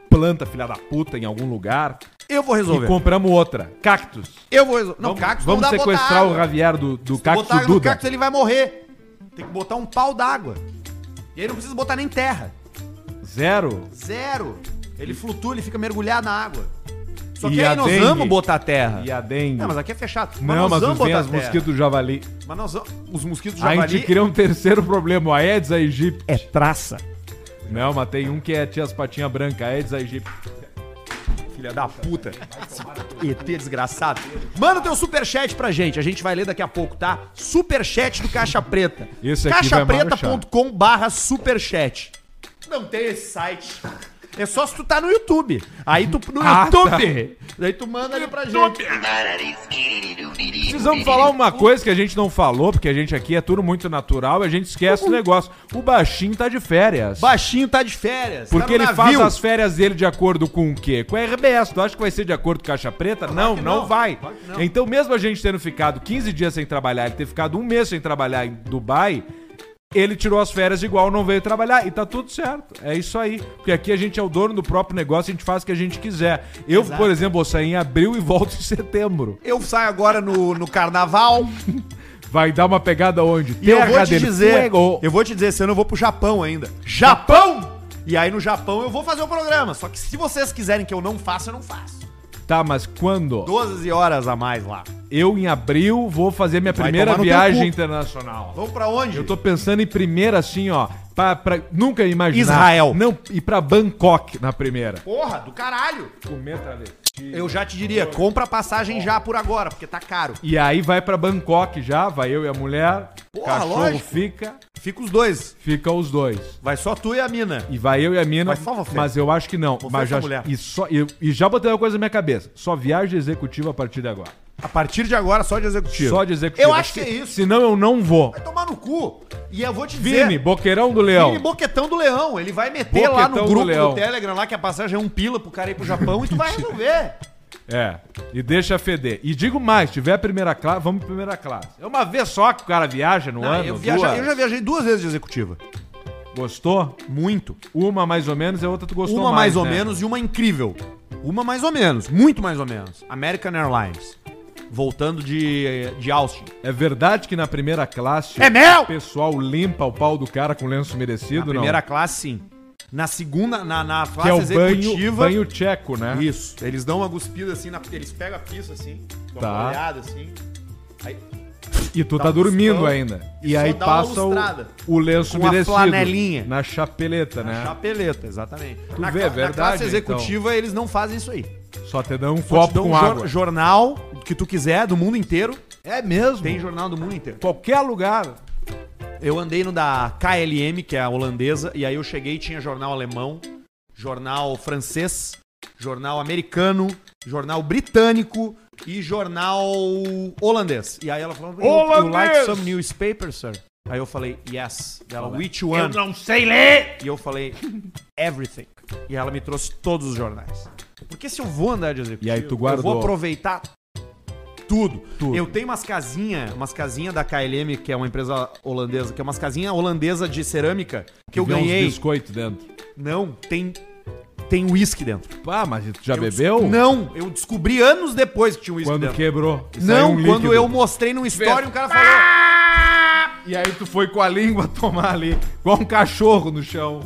Speaker 2: planta filha da puta em algum lugar.
Speaker 1: Eu vou resolver.
Speaker 2: E compramos outra. Cactus.
Speaker 1: Eu vou resolver. Não,
Speaker 2: vamos
Speaker 1: cactus
Speaker 2: vamos
Speaker 1: não dá pra botar
Speaker 2: sequestrar o
Speaker 1: água.
Speaker 2: Javier do, do
Speaker 1: Se botar
Speaker 2: cactus
Speaker 1: água no
Speaker 2: Duda.
Speaker 1: cactus ele vai morrer. Tem que botar um pau d'água. E aí não precisa botar nem terra.
Speaker 2: Zero.
Speaker 1: Zero. Ele flutua, ele fica mergulhado na água. Só
Speaker 2: E
Speaker 1: que
Speaker 2: a
Speaker 1: aí nós
Speaker 2: dengue?
Speaker 1: vamos botar terra.
Speaker 2: E a dengue.
Speaker 1: Não, mas aqui é fechado.
Speaker 2: Não,
Speaker 1: nós
Speaker 2: mas,
Speaker 1: vamos
Speaker 2: os, vem
Speaker 1: botar
Speaker 2: as
Speaker 1: terra.
Speaker 2: mosquitos do javali.
Speaker 1: Mas nós vamos... Os mosquitos do
Speaker 2: A gente
Speaker 1: javali
Speaker 2: cria um terceiro problema, o Aedes aegypti.
Speaker 1: é traça.
Speaker 2: Não, mas tem um que é tia as patinhas brancas, Aedes aegypti.
Speaker 1: Filha da puta. ET desgraçado. Manda o teu superchat pra gente. A gente vai ler daqui a pouco, tá? Superchat do Caixa Preta.
Speaker 2: Esse aqui vai
Speaker 1: Caixapreta.com barra superchat. Não tem esse site. É só se tu tá no YouTube. Aí tu... No
Speaker 2: Ah,
Speaker 1: YouTube. Aí tu manda ali pra gente.
Speaker 2: Precisamos falar uma coisa que a gente não falou, porque a gente aqui é tudo muito natural e a gente esquece o negócio. O baixinho tá de férias.
Speaker 1: Baixinho tá de férias.
Speaker 2: porque
Speaker 1: tá no
Speaker 2: ele faz
Speaker 1: navio.
Speaker 2: as férias dele de acordo com o quê? Com a RBS. Tu acha que vai ser de acordo com Caixa Preta? não,
Speaker 1: que
Speaker 2: não,
Speaker 1: não.
Speaker 2: vai.
Speaker 1: Claro que não.
Speaker 2: Então, mesmo a gente tendo ficado 15 dias sem trabalhar, ele ter ficado um mês sem trabalhar em Dubai, ele tirou as férias igual, não veio trabalhar. E tá tudo certo. É isso aí. Porque aqui a gente é o dono do próprio negócio, a gente faz o que a gente quiser. Eu,
Speaker 1: Exato.
Speaker 2: por exemplo, vou sair em abril e volto em setembro.
Speaker 1: Eu saio agora no, no carnaval
Speaker 2: Vai dar uma pegada onde?
Speaker 1: e eu vou te
Speaker 2: del
Speaker 1: dizer,
Speaker 2: Fuego.
Speaker 1: eu vou te dizer, esse ano eu vou pro Japão ainda. Japão? E aí no Japão eu vou fazer o programa, só que se vocês quiserem que eu não faça, eu não faço.
Speaker 2: Tá, mas quando?
Speaker 1: 12 horas a mais lá.
Speaker 2: Eu, em abril, vou fazer minha
Speaker 1: Vai
Speaker 2: primeira
Speaker 1: tomar no
Speaker 2: viagem
Speaker 1: teu cu.
Speaker 2: internacional.
Speaker 1: Vamos pra onde?
Speaker 2: Eu tô pensando em primeira, assim, ó. Pra, pra- nunca imaginar.
Speaker 1: Israel.
Speaker 2: Não, ir pra Bangkok na primeira.
Speaker 1: Porra, do caralho.
Speaker 2: Comer travesti.
Speaker 1: Eu já te diria, compra a passagem já por agora, porque tá caro.
Speaker 2: E aí vai pra Bangkok já, vai eu e a mulher.
Speaker 1: Porra,
Speaker 2: cachorro
Speaker 1: lógico.
Speaker 2: fica,
Speaker 1: Fica os dois.
Speaker 2: fica os dois.
Speaker 1: Vai só tu e a mina.
Speaker 2: E vai eu e a mina,
Speaker 1: Vai só você.
Speaker 2: mas eu acho que não.
Speaker 1: Você
Speaker 2: mas
Speaker 1: e
Speaker 2: já,
Speaker 1: a mulher.
Speaker 2: e, só, e, e já botei uma coisa na minha cabeça. Só viagem executiva a partir de agora.
Speaker 1: A partir de agora só de executivo.
Speaker 2: Só de executiva.
Speaker 1: Eu acho que é
Speaker 2: Se-
Speaker 1: isso.
Speaker 2: Senão eu não vou.
Speaker 1: Vai tomar no cu. E eu vou te dizer,
Speaker 2: Vini, Boqueirão do Leão.
Speaker 1: Vini Boquetão do Leão. Ele vai meter
Speaker 2: Boquetão
Speaker 1: lá no
Speaker 2: do
Speaker 1: grupo do,
Speaker 2: Leão.
Speaker 1: Telegram lá que a passagem é um pila pro cara ir pro Japão e tu vai resolver.
Speaker 2: É. E deixa feder. E digo mais, se tiver primeira classe, vamos pra primeira classe. É uma vez só que o cara viaja no ano.
Speaker 1: eu, viaja,
Speaker 2: duas.
Speaker 1: eu já viajei duas vezes de executiva.
Speaker 2: Gostou?
Speaker 1: Muito.
Speaker 2: Uma mais ou menos e a outra tu gostou
Speaker 1: uma
Speaker 2: mais,
Speaker 1: mais ou
Speaker 2: né?
Speaker 1: menos e uma incrível. Uma mais ou menos, muito mais ou menos. American Airlines. voltando de, de Austin.
Speaker 2: É verdade que na primeira classe
Speaker 1: É meu!
Speaker 2: o pessoal limpa o pau do cara com lenço merecido,
Speaker 1: Na
Speaker 2: não?
Speaker 1: primeira classe, sim. Na segunda, na, na
Speaker 2: que
Speaker 1: classe
Speaker 2: é o banho,
Speaker 1: executiva.
Speaker 2: banho tcheco, né?
Speaker 1: Isso. Eles dão uma cuspida assim, na- eles pegam a pista assim, dão
Speaker 2: Tá.
Speaker 1: uma olhada assim. Aí,
Speaker 2: E tu
Speaker 1: Dá
Speaker 2: tá
Speaker 1: um
Speaker 2: dormindo
Speaker 1: tostão
Speaker 2: ainda. E
Speaker 1: só
Speaker 2: aí
Speaker 1: dá uma
Speaker 2: passa o,
Speaker 1: lustrada.
Speaker 2: o lenço
Speaker 1: Com a
Speaker 2: merecido.
Speaker 1: flanelinha.
Speaker 2: Na chapeleta, né?
Speaker 1: Chapeleta, exatamente.
Speaker 2: Tu vê,
Speaker 1: cla-
Speaker 2: é verdade,
Speaker 1: na classe
Speaker 2: então.
Speaker 1: executiva, eles não fazem isso aí.
Speaker 2: Só te dá um
Speaker 1: Só te
Speaker 2: copo
Speaker 1: dão
Speaker 2: com
Speaker 1: um jor-
Speaker 2: água.
Speaker 1: jornal que tu quiser, do mundo inteiro.
Speaker 2: É mesmo?
Speaker 1: Tem jornal do mundo inteiro.
Speaker 2: Qualquer lugar.
Speaker 1: Eu andei no da KLM, que é a holandesa, e aí eu cheguei e tinha jornal alemão, jornal francês, jornal americano, jornal britânico e jornal holandês. E aí ela falou, "You- you like
Speaker 2: Holandês!
Speaker 1: some newspaper, sir? Aí eu falei, yes. Ela, which
Speaker 2: Eu
Speaker 1: one?
Speaker 2: não sei ler!
Speaker 1: E eu falei, everything. E ela me trouxe todos os jornais. Porque se eu vou andar de executivo,
Speaker 2: E aí tu
Speaker 1: eu vou
Speaker 2: guardou.
Speaker 1: aproveitar tudo.
Speaker 2: Tudo.
Speaker 1: Eu tenho umas casinhas, umas casinhas da KLM, que é uma empresa holandesa, que é umas casinhas holandesa de cerâmica que eu
Speaker 2: Vê uns
Speaker 1: ganhei.
Speaker 2: biscoito dentro.
Speaker 1: Não, tem tem uísque dentro.
Speaker 2: Pá, mas tu já
Speaker 1: Eu
Speaker 2: bebeu?
Speaker 1: des- Não, eu descobri anos depois que tinha um uísque
Speaker 2: Quando
Speaker 1: dentro.
Speaker 2: quebrou. E saiu
Speaker 1: Não,
Speaker 2: um líquido. Ah!
Speaker 1: quando eu mostrei num story, o cara falou.
Speaker 2: E aí tu foi com a língua tomar ali, igual um cachorro no chão.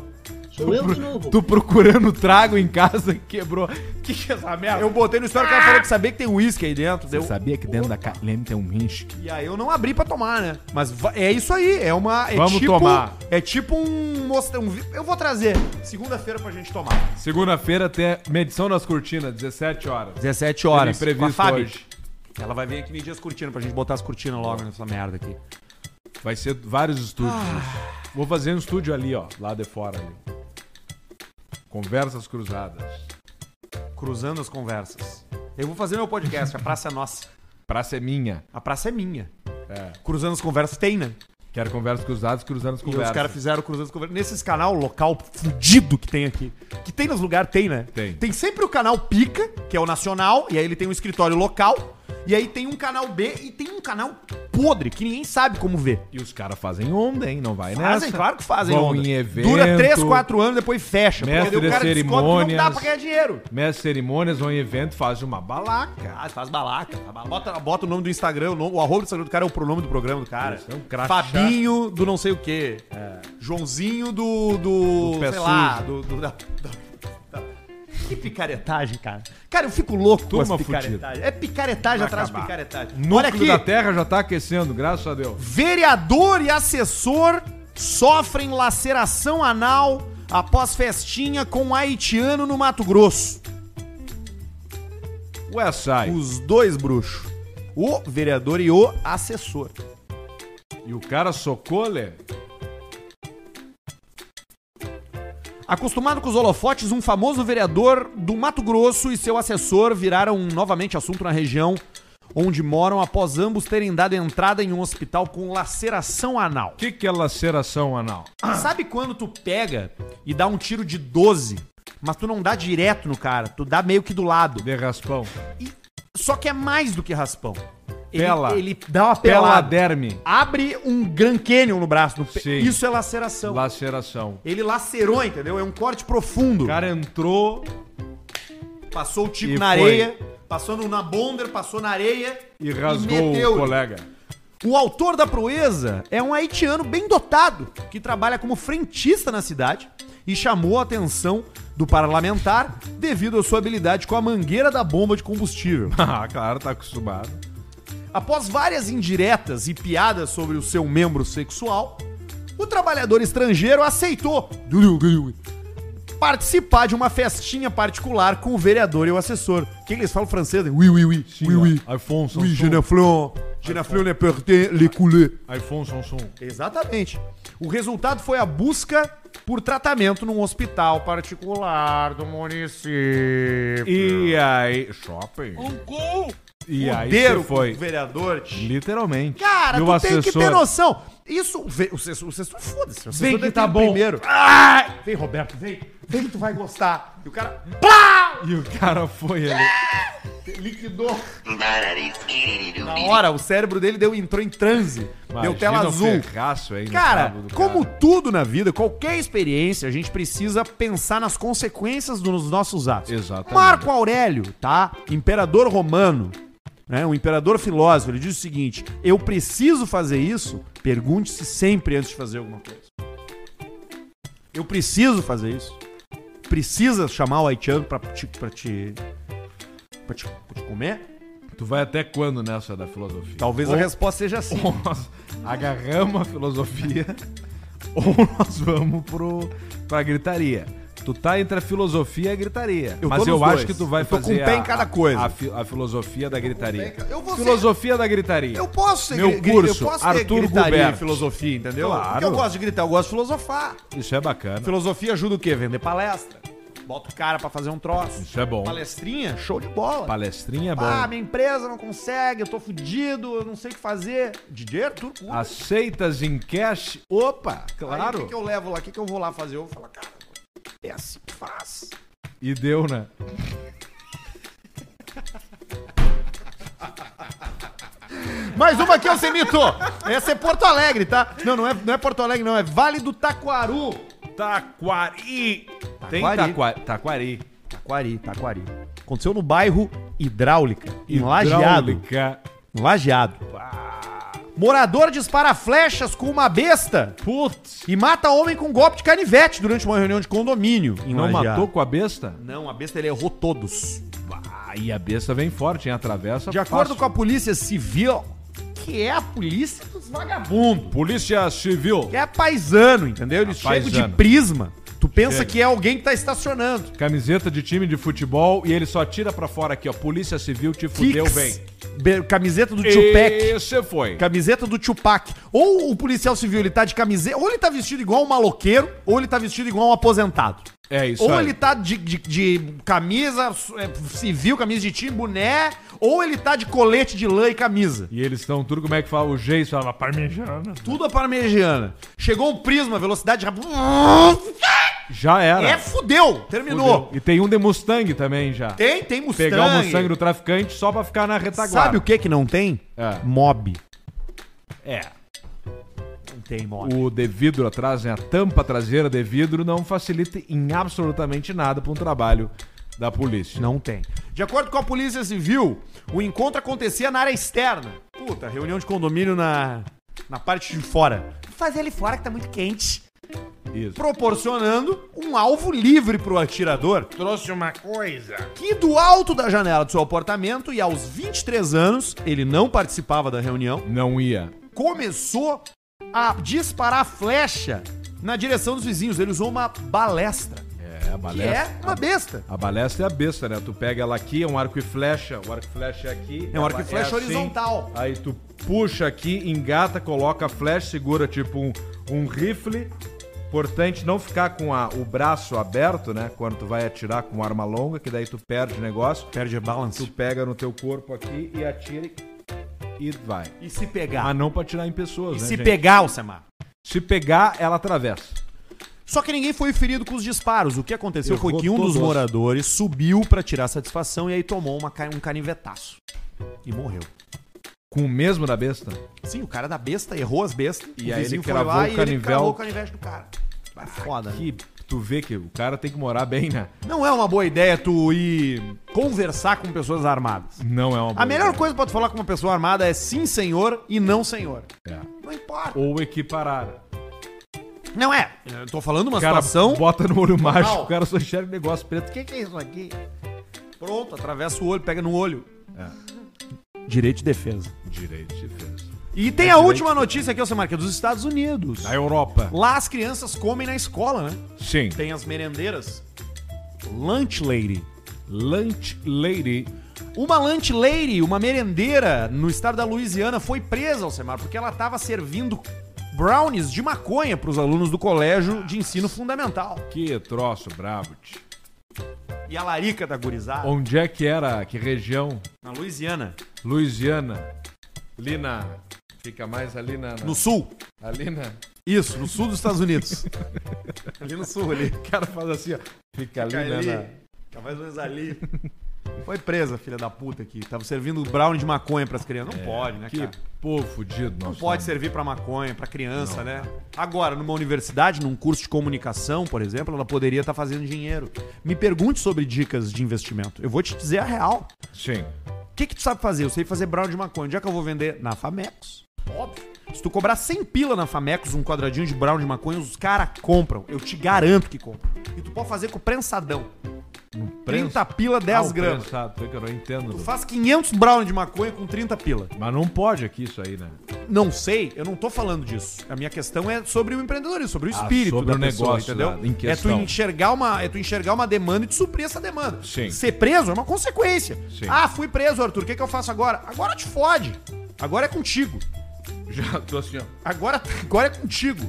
Speaker 4: Sou
Speaker 2: Tu
Speaker 4: eu
Speaker 2: pro-
Speaker 4: de novo.
Speaker 2: Tu procurando trago em casa, quebrou. Que que é essa merda?
Speaker 1: Eu botei no story, o cara falou que sabia que tem uísque aí dentro. Deu-
Speaker 2: sabia que dentro da KLM tem um risco?
Speaker 1: E aí eu não abri pra tomar, né? Mas va- é isso aí, é uma. É
Speaker 2: Vamos
Speaker 1: tipo,
Speaker 2: tomar.
Speaker 1: É tipo um, mostra- um vi- Eu vou trazer segunda-feira pra gente tomar.
Speaker 2: Segunda-feira tem medição nas cortinas, 17 horas.
Speaker 1: 17
Speaker 2: horas.
Speaker 1: horas.
Speaker 2: Com a Fabi.
Speaker 1: Ela vai vir aqui medir as cortinas pra gente botar as cortinas logo nessa merda aqui.
Speaker 2: Vai ser vários estúdios. Vou fazer um estúdio ali, ó, lá de fora ali. Conversas cruzadas.
Speaker 1: Cruzando as conversas. Eu vou fazer meu podcast, a praça é nossa.
Speaker 2: Praça é minha.
Speaker 1: A praça é minha.
Speaker 2: É.
Speaker 1: Cruzando as conversas tem, né?
Speaker 2: Quero conversas cruzadas, cruzando as
Speaker 1: E os
Speaker 2: conversas.
Speaker 1: caras fizeram cruzando as conversas. Nesses canal local fudido que tem aqui. Que tem nos lugares, tem, né?
Speaker 2: Tem.
Speaker 1: Tem sempre o canal Pica, que é o nacional, e aí ele tem um escritório local. E aí tem um canal B e tem um canal podre, que ninguém sabe como ver.
Speaker 2: E os caras fazem onda, hein? Não vai
Speaker 1: Fazem,
Speaker 2: nessa.
Speaker 1: claro que fazem.
Speaker 2: Vão
Speaker 1: onda.
Speaker 2: em evento.
Speaker 1: Dura 3, 4 anos, depois fecha. daí
Speaker 2: Mestre de
Speaker 1: que
Speaker 2: cerimônias.
Speaker 1: não dá pra ganhar dinheiro.
Speaker 2: Mestre cerimônias vão em evento, faz uma balaca.
Speaker 1: Ah, faz balaca. faz balaca. Bota, bota o nome do Instagram, o, nome- o arroba do Instagram do cara é o pronome do programa do cara.
Speaker 2: Isso, é um crachá.
Speaker 1: Fabinho do não sei o quê. Joãozinho do. do,
Speaker 2: Do pé
Speaker 1: sei lá, do. do- da- da- Que picaretagem, cara. Cara, eu fico louco com
Speaker 2: Turma
Speaker 1: essa picaretagem. É picaretagem
Speaker 2: Vai
Speaker 1: atrás de
Speaker 2: acabar.
Speaker 1: picaretagem.
Speaker 2: Núcleo
Speaker 1: Olha aqui,
Speaker 2: da Terra já tá aquecendo, graças a Deus.
Speaker 1: vereador e assessor sofrem laceração anal após festinha com haitiano no Mato Grosso.
Speaker 2: Ué, sai.
Speaker 1: Os dois bruxos. O vereador e o assessor.
Speaker 2: E o cara socou, Lê?
Speaker 1: Acostumado com os holofotes, um famoso vereador do Mato Grosso e seu assessor viraram novamente assunto na região onde moram após ambos terem dado entrada em um hospital com laceração anal.
Speaker 2: O que, que é laceração anal?
Speaker 1: Sabe quando tu pega e dá um tiro de 12, mas tu não dá direto no cara, tu dá meio que do lado.
Speaker 2: De raspão.
Speaker 1: E- só que é mais do que raspão. Ele,
Speaker 2: Pela.
Speaker 1: ele dá uma pelada.
Speaker 2: Peladerme.
Speaker 1: Abre um Grand Canyon no braço do
Speaker 2: Sim.
Speaker 1: pé. Isso é laceração.
Speaker 2: Laceração.
Speaker 1: Ele lacerou, entendeu? É um corte profundo.
Speaker 2: O cara entrou,
Speaker 1: Passou o tipo
Speaker 2: E
Speaker 1: na
Speaker 2: foi.
Speaker 1: areia, passou no, na bonder, passou na areia
Speaker 2: E rasgou o
Speaker 1: meteu-lhe.
Speaker 2: colega.
Speaker 1: O autor da proeza é um haitiano bem dotado que trabalha como frentista na cidade e chamou a atenção do parlamentar devido à sua habilidade com a mangueira da bomba de combustível.
Speaker 2: Ah, claro, tá acostumado.
Speaker 1: Após várias indiretas e piadas sobre o seu membro sexual, o trabalhador estrangeiro aceitou participar de uma festinha particular com o vereador e o assessor. Que eles falam francês, né? Oui, oui, oui. oui, oui.
Speaker 2: Alfonso
Speaker 1: Oui, Genaflon. Genaflon le pertin, le coulé.
Speaker 2: Alfonso Samsung.
Speaker 1: Ah. Exatamente. O resultado foi a busca por tratamento num hospital particular do município.
Speaker 2: E aí... Shopping.
Speaker 3: Um
Speaker 2: E aí
Speaker 1: Deram
Speaker 2: você
Speaker 1: com
Speaker 2: foi.
Speaker 1: O vereador.
Speaker 2: Literalmente.
Speaker 1: Cara,
Speaker 2: E
Speaker 1: tu tem que ter noção. Isso, vê- o assessor, o assessor foda-se. o assessor
Speaker 2: que
Speaker 1: deve
Speaker 2: tá
Speaker 1: ter
Speaker 2: bom.
Speaker 1: Primeiro. Ai, vem, Roberto, vem. Vem que tu vai gostar. E o cara, pá,
Speaker 2: E o cara foi ali.
Speaker 1: liquidou. Na
Speaker 4: Não.
Speaker 1: hora, o cérebro dele deu, entrou em transe. deu
Speaker 2: Imagina
Speaker 1: tela
Speaker 2: o
Speaker 1: azul.
Speaker 2: Ferraço aí no
Speaker 1: Cara,
Speaker 2: rabo do
Speaker 1: como
Speaker 2: cara.
Speaker 1: tudo na vida, qualquer experiência, a gente precisa pensar nas consequências dos nossos atos.
Speaker 2: Exatamente.
Speaker 1: Marco Aurélio, tá? Imperador romano, né? um imperador filósofo, ele diz o seguinte: eu preciso fazer isso? Pergunte-se sempre antes de fazer alguma coisa. Eu preciso fazer isso. Precisa chamar o haitiano pra te, pra te, pra te, pra te comer?
Speaker 2: Tu vai até quando nessa da filosofia?
Speaker 1: Talvez a
Speaker 2: Ou-
Speaker 1: resposta seja sim.
Speaker 2: ou Então, nós agarramos a filosofia ou nós vamos pro, pra gritaria. Tu tá entre a filosofia e a gritaria.
Speaker 1: Eu tô
Speaker 2: mas eu um
Speaker 1: nos
Speaker 2: acho
Speaker 1: dois.
Speaker 2: que tu vai
Speaker 1: Eu tô com
Speaker 2: fazer
Speaker 1: o pé em cada coisa.
Speaker 2: A, fi- a filosofia da gritaria.
Speaker 1: Eu vou ser-
Speaker 2: filosofia da gritaria.
Speaker 1: Eu posso ser
Speaker 2: Meu
Speaker 1: gri- gri-
Speaker 2: curso,
Speaker 1: eu posso ter
Speaker 2: Arthur
Speaker 1: gritaria
Speaker 2: Gubert.
Speaker 1: e filosofia, entendeu?
Speaker 2: Claro.
Speaker 1: Porque eu gosto de gritar, eu gosto de filosofar.
Speaker 2: Isso é bacana.
Speaker 1: Filosofia ajuda o quê? Vender palestra. Bota o cara pra fazer um troço.
Speaker 2: Isso é bom.
Speaker 1: Palestrinha, show de bola.
Speaker 2: Palestrinha é bom.
Speaker 1: Ah, minha empresa não consegue, eu tô fudido, eu não sei o que fazer. DJ Arthur Cuba.
Speaker 2: Aceitas em cash? Opa,
Speaker 1: Aí, o
Speaker 2: claro.
Speaker 1: que, que eu levo lá? O que, que eu vou lá fazer? Eu vou falar, cara, é assim que faz.
Speaker 2: E deu, né?
Speaker 1: Mais uma aqui, Alcemito. Essa é Porto Alegre, tá? Não, não é, não é Porto Alegre, não. É Vale do Taquaru.
Speaker 2: Taquari. Tem
Speaker 1: Taquari.
Speaker 2: taquari. Taquari.
Speaker 1: Taquari, Taquari. Aconteceu no bairro Hidráulica, em Lajeado.
Speaker 2: Hidráulica.
Speaker 1: Em Um Lajeado. Morador dispara flechas com uma besta
Speaker 2: Putz.
Speaker 1: e mata homem com golpe de canivete durante uma reunião de condomínio. Em
Speaker 2: Não
Speaker 1: Lajeado.
Speaker 2: matou com a besta?
Speaker 1: Não, a besta ele errou todos.
Speaker 2: Aí a besta vem forte, hein? Atravessa.
Speaker 1: De acordo com a polícia civil, que é a polícia dos vagabundos.
Speaker 2: Polícia Civil.
Speaker 1: Que é paisano, entendeu? Eles
Speaker 2: É
Speaker 1: chegam de
Speaker 2: paisano.
Speaker 1: prisma. Tu pensa
Speaker 2: Chega.
Speaker 1: que é alguém que tá estacionando.
Speaker 2: Camiseta de time de futebol e ele só tira pra fora aqui, ó. Polícia Civil te fudeu
Speaker 1: Kicks,
Speaker 2: bem.
Speaker 1: be- Camiseta do Tupac.
Speaker 2: Esse foi.
Speaker 1: Camiseta do Tupac. Ou o policial civil, ele tá de camiseta, ou ele tá vestido igual um maloqueiro, ou ele tá vestido igual um aposentado.
Speaker 2: É isso
Speaker 1: ou
Speaker 2: aí.
Speaker 1: ele tá de, de- de camisa é, civil, camisa de time, boné, ou ele tá de colete de lã e camisa.
Speaker 2: E eles estão tudo, como é que fala? O jeito fala parmegiana.
Speaker 1: Tudo a parmegiana. Chegou um prisma, velocidade rápida.
Speaker 2: Já era.
Speaker 1: É, fudeu. Terminou.
Speaker 2: Fudeu. E tem um de Mustang também já.
Speaker 1: Tem, tem Mustang.
Speaker 2: Pegar o Mustang do traficante só pra ficar na retaguarda.
Speaker 1: Sabe o que que não tem?
Speaker 2: É.
Speaker 1: Mob.
Speaker 2: É.
Speaker 1: Não tem mob.
Speaker 2: O de vidro atrás, né? A tampa traseira de vidro não facilita em absolutamente nada pra um trabalho da polícia.
Speaker 1: Não tem. De acordo com a Polícia Civil, o encontro acontecia na área externa. Puta, reunião de condomínio na, na parte de fora. Fazer ali fora que tá muito quente.
Speaker 2: Isso.
Speaker 1: Proporcionando um alvo livre pro atirador.
Speaker 2: Trouxe uma coisa.
Speaker 1: que do alto da janela do seu apartamento e aos 23 anos, ele não participava da reunião,
Speaker 2: Não ia.
Speaker 1: começou a disparar flecha na direção dos vizinhos. Ele usou uma balestra,
Speaker 2: É, a
Speaker 1: que
Speaker 2: balestra.
Speaker 1: é uma besta.
Speaker 2: A balestra é a besta, né? Tu pega ela aqui, é um arco e flecha. O arco e flecha é aqui.
Speaker 1: É um arco e
Speaker 2: ela
Speaker 1: flecha
Speaker 2: assim.
Speaker 1: horizontal.
Speaker 2: Aí tu puxa aqui, engata, coloca a flecha, segura tipo um, um rifle. Importante não ficar com a- o braço aberto, né? Quando tu vai atirar com arma longa, que daí tu perde o negócio.
Speaker 1: Perde
Speaker 2: Tu
Speaker 1: balance.
Speaker 2: pega no teu corpo aqui e atira e- e vai.
Speaker 1: E se pegar?
Speaker 2: Mas Ah, não pra atirar em pessoas,
Speaker 1: e
Speaker 2: né,
Speaker 1: se
Speaker 2: gente?
Speaker 1: pegar, Alcemar?
Speaker 2: Se pegar, ela atravessa.
Speaker 1: Só que ninguém foi ferido com os disparos. O que aconteceu
Speaker 2: Errou
Speaker 1: foi que um dos
Speaker 2: todos.
Speaker 1: moradores subiu pra tirar satisfação e aí tomou uma ca- um canivetaço. E morreu.
Speaker 2: Com o mesmo da besta.
Speaker 1: Sim, o cara da besta errou as bestas.
Speaker 2: E
Speaker 1: o
Speaker 2: aí ele
Speaker 1: vizinho
Speaker 2: cravou o canivel.
Speaker 1: cravou o canivete do cara. Vai foda, né?
Speaker 2: Que tu vê que o cara tem que morar bem, né?
Speaker 1: Não é uma boa ideia tu ir conversar com pessoas armadas.
Speaker 2: Não é uma boa
Speaker 1: A melhor
Speaker 2: ideia.
Speaker 1: coisa pra tu falar com uma pessoa armada é sim, senhor, e não, senhor.
Speaker 2: É.
Speaker 1: Não importa.
Speaker 2: Ou equiparar.
Speaker 1: Não é. Eu tô falando uma
Speaker 2: O cara
Speaker 1: situação.
Speaker 2: bota no olho mágico,
Speaker 1: Total.
Speaker 2: o cara só enxerga o negócio preto.
Speaker 1: que, que é isso aqui? Pronto, atravessa o olho, pega no olho. Direito de defesa.
Speaker 2: Direito de defesa.
Speaker 1: É. E tem a última notícia aqui, você marca, dos Estados Unidos.
Speaker 2: Na Europa.
Speaker 1: Lá as crianças comem na escola, né?
Speaker 2: Sim.
Speaker 1: Tem as merendeiras. Lunch lady.
Speaker 2: Lunch Lady.
Speaker 1: Uma lunch lady, uma merendeira no estado da Louisiana foi presa, Alcemar, porque ela estava servindo brownies de maconha para os alunos do colégio de ensino fundamental.
Speaker 2: Que troço brabo, tch.
Speaker 1: E a larica da gurizada,
Speaker 2: Onde é que era? Que região?
Speaker 1: na Louisiana,
Speaker 2: Louisiana. Ali na... Fica mais ali na... na-
Speaker 1: no sul.
Speaker 2: Ali na...
Speaker 1: Isso, no sul dos Estados Unidos. ali no sul, ali.
Speaker 2: O cara faz assim, ó. Fica ali, né,
Speaker 1: Ali,
Speaker 2: na...
Speaker 1: Fica mais ou menos ali. Foi presa, filha da puta aqui. Tava servindo brownie de maconha pras crianças. Não pode, né,
Speaker 2: Que
Speaker 1: cara?
Speaker 2: povo tá fudido
Speaker 1: Não
Speaker 2: nosso.
Speaker 1: pode
Speaker 2: ser.
Speaker 1: servir pra maconha, pra criança, né? Agora, numa universidade, num curso de comunicação, por exemplo, ela poderia tá estar fazendo dinheiro. Me pergunte sobre dicas de investimento. Eu vou te dizer a real.
Speaker 2: Sim.
Speaker 1: que, que tu sabe fazer? Eu sei fazer brown de maconha. Onde é que eu vou vender? Na Famecos. Óbvio. Se tu cobrar 100 pila na Famecos, um quadradinho de brown de maconha, os caras compram. Eu te garanto que compram. E tu pode fazer com prensadão. 30 pila, 10 gramas.
Speaker 2: que eu não entendo.
Speaker 1: Tu faz 500 brown de maconha com 30 pila.
Speaker 2: Mas não pode aqui isso aí, né?
Speaker 1: Não sei, eu não tô falando disso. A minha questão é sobre o empreendedorismo, sobre o espírito
Speaker 2: Ah, sobre
Speaker 1: do
Speaker 2: o negócio, lá, em
Speaker 1: é tu
Speaker 2: questão.
Speaker 1: enxergar uma, é tu enxergar uma demanda e tu suprir essa demanda.
Speaker 2: Sim.
Speaker 1: Ser preso é uma consequência.
Speaker 2: Sim.
Speaker 1: Ah, fui preso, Arthur. O que, que eu faço agora? Agora te fode. Agora é contigo.
Speaker 2: Já tô assim, ó.
Speaker 1: Agora, agora é contigo.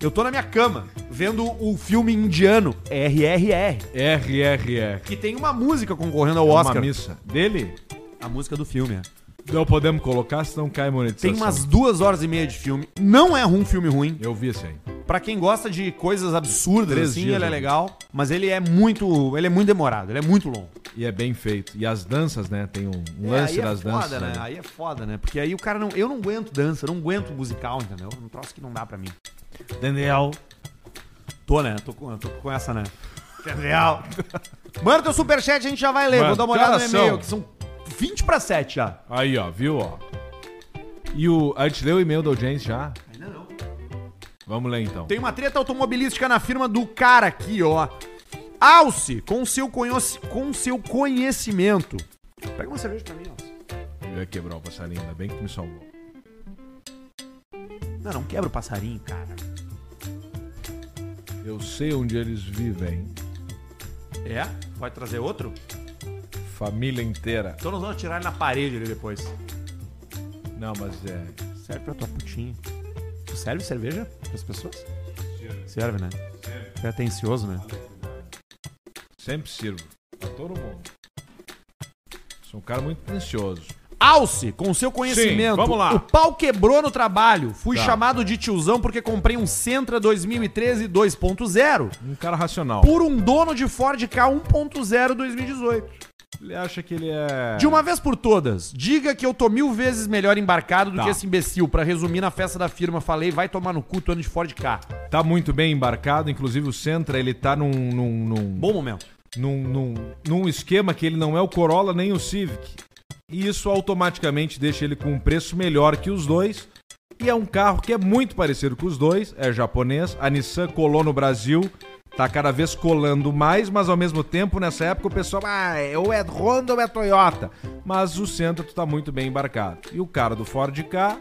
Speaker 1: Eu tô na minha cama vendo o filme indiano RRR,
Speaker 2: RRR.
Speaker 1: que tem uma música concorrendo ao
Speaker 2: É
Speaker 1: Oscar.
Speaker 2: Uma missa. Dele?
Speaker 1: A música do filme, é.
Speaker 2: Não podemos colocar, senão cai monetização.
Speaker 1: Tem umas duas horas e meia de filme. Não é um filme ruim.
Speaker 2: Eu vi isso aí.
Speaker 1: Pra quem gosta de coisas absurdas,
Speaker 2: Três
Speaker 1: assim,
Speaker 2: dias,
Speaker 1: ele é
Speaker 2: né?
Speaker 1: legal. Mas ele é muito. Ele é muito demorado, ele é muito longo.
Speaker 2: E é bem feito. E as danças, né? Tem um um
Speaker 1: É,
Speaker 2: lance
Speaker 1: aí
Speaker 2: das
Speaker 1: é foda,
Speaker 2: danças.
Speaker 1: né?
Speaker 2: né?
Speaker 1: Aí é foda, né? Porque aí o cara não. Eu não aguento dança, eu não aguento musical, entendeu? Um troço que não dá pra mim.
Speaker 2: Daniel.
Speaker 1: Tô, né? Tô com, tô com essa, né? Que é real. Manda teu superchat, a gente já vai ler.
Speaker 2: Mano,
Speaker 1: Vou dar uma olhada no
Speaker 2: cara, são-
Speaker 1: e-mail, que são 20 pra 7 já.
Speaker 2: Aí, ó, viu, ó. E o. A gente leu o e-mail da audiência já?
Speaker 1: Ainda não.
Speaker 2: Vamos ler então.
Speaker 1: Tem uma treta automobilística na firma do cara aqui, ó. Alce, com seu, conhece- com seu conhecimento. Pega uma cerveja pra mim, Alce.
Speaker 2: Eu ia quebrar o passarinho, ainda bem que tu me salvou.
Speaker 1: Não, não quebra o passarinho, cara.
Speaker 2: Eu sei onde eles vivem.
Speaker 1: É? Pode trazer outro?
Speaker 2: Família inteira.
Speaker 1: Então nós vamos atirar ele na parede ali depois.
Speaker 2: Não, mas é.
Speaker 1: Serve pra tua putinha. Tu serve cerveja pras pessoas? Serve. né? Serve. Tu é atencioso, né?
Speaker 2: Sempre sirvo. Pra todo mundo. Sou um cara muito ansioso.
Speaker 1: Alce, com seu conhecimento.
Speaker 2: Sim, vamos lá.
Speaker 1: O pau quebrou no trabalho. Fui
Speaker 2: Tá.
Speaker 1: chamado de tiozão porque comprei um Sentra 2013 2.0
Speaker 2: Um cara racional.
Speaker 1: por um dono de Ford K 1.0 2018.
Speaker 2: Ele acha que ele é.
Speaker 1: De um uma vez por todas, diga que eu tô mil vezes melhor embarcado do
Speaker 2: Tá.
Speaker 1: que esse imbecil. Pra resumir, na festa da firma, falei, vai tomar no cu, tô ano de Ford K.
Speaker 2: Tá muito bem embarcado, inclusive o Sentra, ele tá num. num, num,
Speaker 1: Bom momento.
Speaker 2: num, num, num esquema que ele não é o Corolla nem o Civic. E isso automaticamente deixa ele com um preço melhor que os dois. E é um carro que é muito parecido com os dois, é japonês. A Nissan colou no Brasil, tá cada vez colando mais, mas ao mesmo tempo, nessa época, o pessoal, ah, ou é Honda ou é Toyota. Mas o Sentra tu tá muito bem embarcado. E o cara do Ford K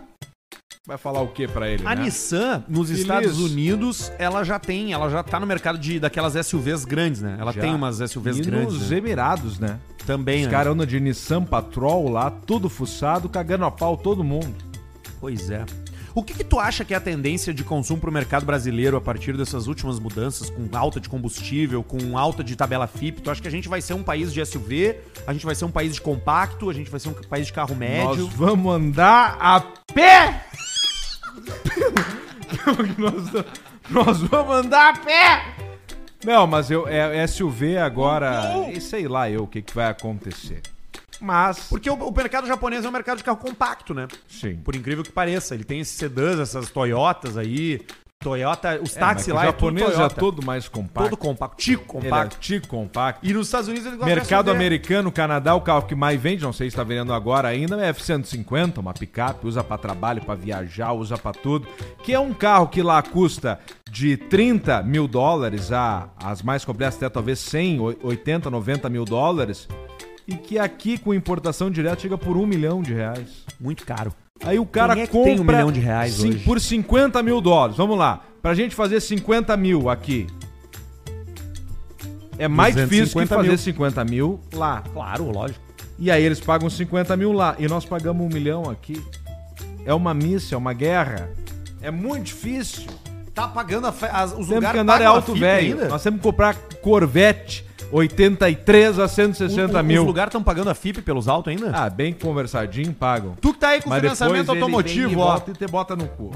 Speaker 2: vai falar o que pra ele,
Speaker 1: A
Speaker 2: né?
Speaker 1: Nissan, nos
Speaker 2: Feliz.
Speaker 1: Estados Unidos, ela já tem, ela já tá no mercado de, daquelas SUVs grandes, né? Ela
Speaker 2: Já.
Speaker 1: tem umas SUVs
Speaker 2: e
Speaker 1: grandes.
Speaker 2: nos
Speaker 1: né?
Speaker 2: Emirados, né?
Speaker 1: Também,
Speaker 2: Os
Speaker 1: né?
Speaker 2: caras andam de Nissan Patrol lá, tudo fuçado, cagando a pau todo mundo.
Speaker 1: Pois é. O que, que tu acha que é a tendência de consumo pro mercado brasileiro a partir dessas últimas mudanças, com alta de combustível, com alta de tabela FIP? Tu acha que a gente vai ser um país de SUV, a gente vai ser um país de compacto, a gente vai ser um país de carro médio?
Speaker 2: Nós vamos andar a pé! nós, nós vamos andar a pé! Não, mas eu, é, SUV
Speaker 1: Uhum.
Speaker 2: agora, e sei lá eu o que, que vai acontecer. Mas,
Speaker 1: Porque o, o mercado japonês é um mercado de carro compacto, né?
Speaker 2: sim.
Speaker 1: Por incrível que pareça, ele tem esses sedãs, essas Toyotas aí, Toyota, os táxis
Speaker 2: mas
Speaker 1: lá
Speaker 2: o
Speaker 1: é tudo
Speaker 2: japonês já
Speaker 1: Toyota.
Speaker 2: todo mais compacto.
Speaker 1: Todo compacto, tico
Speaker 2: Ele é
Speaker 1: compacto.
Speaker 2: tico compacto.
Speaker 1: E nos Estados Unidos ele gosta
Speaker 2: Mercado
Speaker 1: de SUV.
Speaker 2: americano, Canadá, o carro que mais vende, não sei se está vendendo agora ainda, é F-150, uma picape, usa para trabalho, para viajar, usa para tudo. Que é um carro que lá custa de 30 mil dólares a as mais complexas, até talvez 100, oi- 80, 90 mil dólares. E que aqui com importação direta chega por um milhão de reais.
Speaker 1: Muito caro.
Speaker 2: Aí o cara
Speaker 1: Quem é que
Speaker 2: compra
Speaker 1: tem um milhão de reais
Speaker 2: cin-
Speaker 1: hoje?
Speaker 2: por 50 mil dólares. Vamos lá. Pra gente fazer 50 mil aqui. É mais difícil que
Speaker 1: 250
Speaker 2: fazer
Speaker 1: mil.
Speaker 2: 50 mil lá.
Speaker 1: Claro, lógico.
Speaker 2: E aí eles pagam 50 mil lá e nós pagamos um milhão aqui. É uma missa, é uma guerra. É muito difícil.
Speaker 1: Tá pagando a fe- as- os
Speaker 2: Temos que
Speaker 1: lugares
Speaker 2: andar é
Speaker 1: pagam a
Speaker 2: alto
Speaker 1: fita
Speaker 2: velho.
Speaker 1: ainda?
Speaker 2: Nós temos que comprar Corvette 83 a 160
Speaker 1: O- o-
Speaker 2: mil.
Speaker 1: Os lugares estão pagando a FIP pelos altos ainda?
Speaker 2: Ah, bem conversadinho, pagam.
Speaker 1: Tu que tá aí com
Speaker 2: Mas
Speaker 1: financiamento
Speaker 2: depois ele vem
Speaker 1: automotivo,
Speaker 2: e
Speaker 1: ó.
Speaker 2: bota E te bota no cu.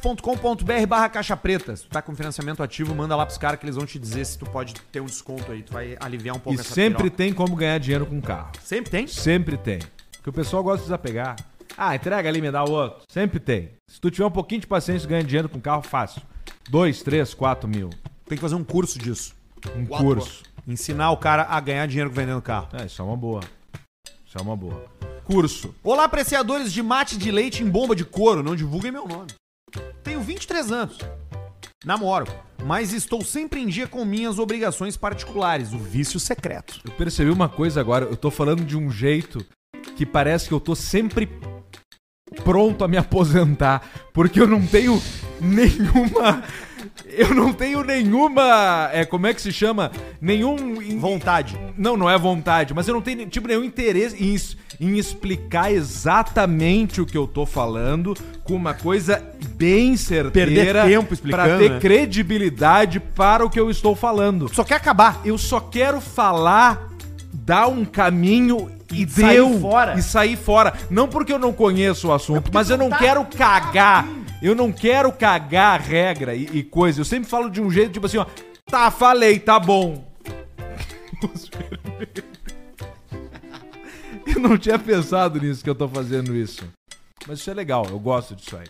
Speaker 1: Grupoflex.com.br barra caixa preta. Se tu tá com financiamento ativo, manda lá pros caras que eles vão te dizer se tu pode ter um desconto aí. Tu vai aliviar um pouco
Speaker 2: E sempre
Speaker 1: piroca.
Speaker 2: tem como ganhar dinheiro com carro.
Speaker 1: Sempre tem?
Speaker 2: Sempre tem. Porque o pessoal gosta de desapegar. Ah, entrega ali, me dá o outro. Sempre tem. Se tu tiver um pouquinho de paciência, ganha dinheiro com carro fácil. 2, 3, 4 mil.
Speaker 1: Tem que fazer um curso disso.
Speaker 2: Um
Speaker 3: Quatro.
Speaker 2: curso.
Speaker 1: Ensinar o cara a ganhar dinheiro vendendo carro.
Speaker 2: É, isso é uma boa. Isso é uma boa. curso.
Speaker 1: Olá, apreciadores de mate de leite em bomba de couro, não divulguem meu nome. Tenho 23 anos. Namoro, mas estou sempre em dia com minhas obrigações particulares, o vício secreto.
Speaker 2: Eu percebi uma coisa agora, eu tô falando de um jeito que parece que eu tô sempre pronto a me aposentar, porque eu não tenho nenhuma eu não tenho nenhuma, é, como é que se chama? Nenhum in-
Speaker 1: Vontade.
Speaker 2: Não, não é vontade, mas eu não tenho tipo, nenhum interesse em, es- em explicar exatamente o que eu tô falando com uma coisa bem certeira
Speaker 1: Perder tempo explicando,
Speaker 2: pra ter
Speaker 1: né?
Speaker 2: credibilidade para o que eu estou falando.
Speaker 1: Só quer acabar.
Speaker 2: Eu só quero falar, dar um caminho e,
Speaker 1: E sair
Speaker 2: deu
Speaker 1: fora.
Speaker 2: e sair fora. Não porque eu não conheço o assunto, mas eu não
Speaker 1: tá-
Speaker 2: quero cagar. Eu não quero cagar a regra e, e coisa. Eu sempre falo de um jeito tipo assim, ó, tá, falei, tá bom. Eu não tinha pensado nisso que eu tô fazendo isso. Mas isso é legal, eu gosto disso aí.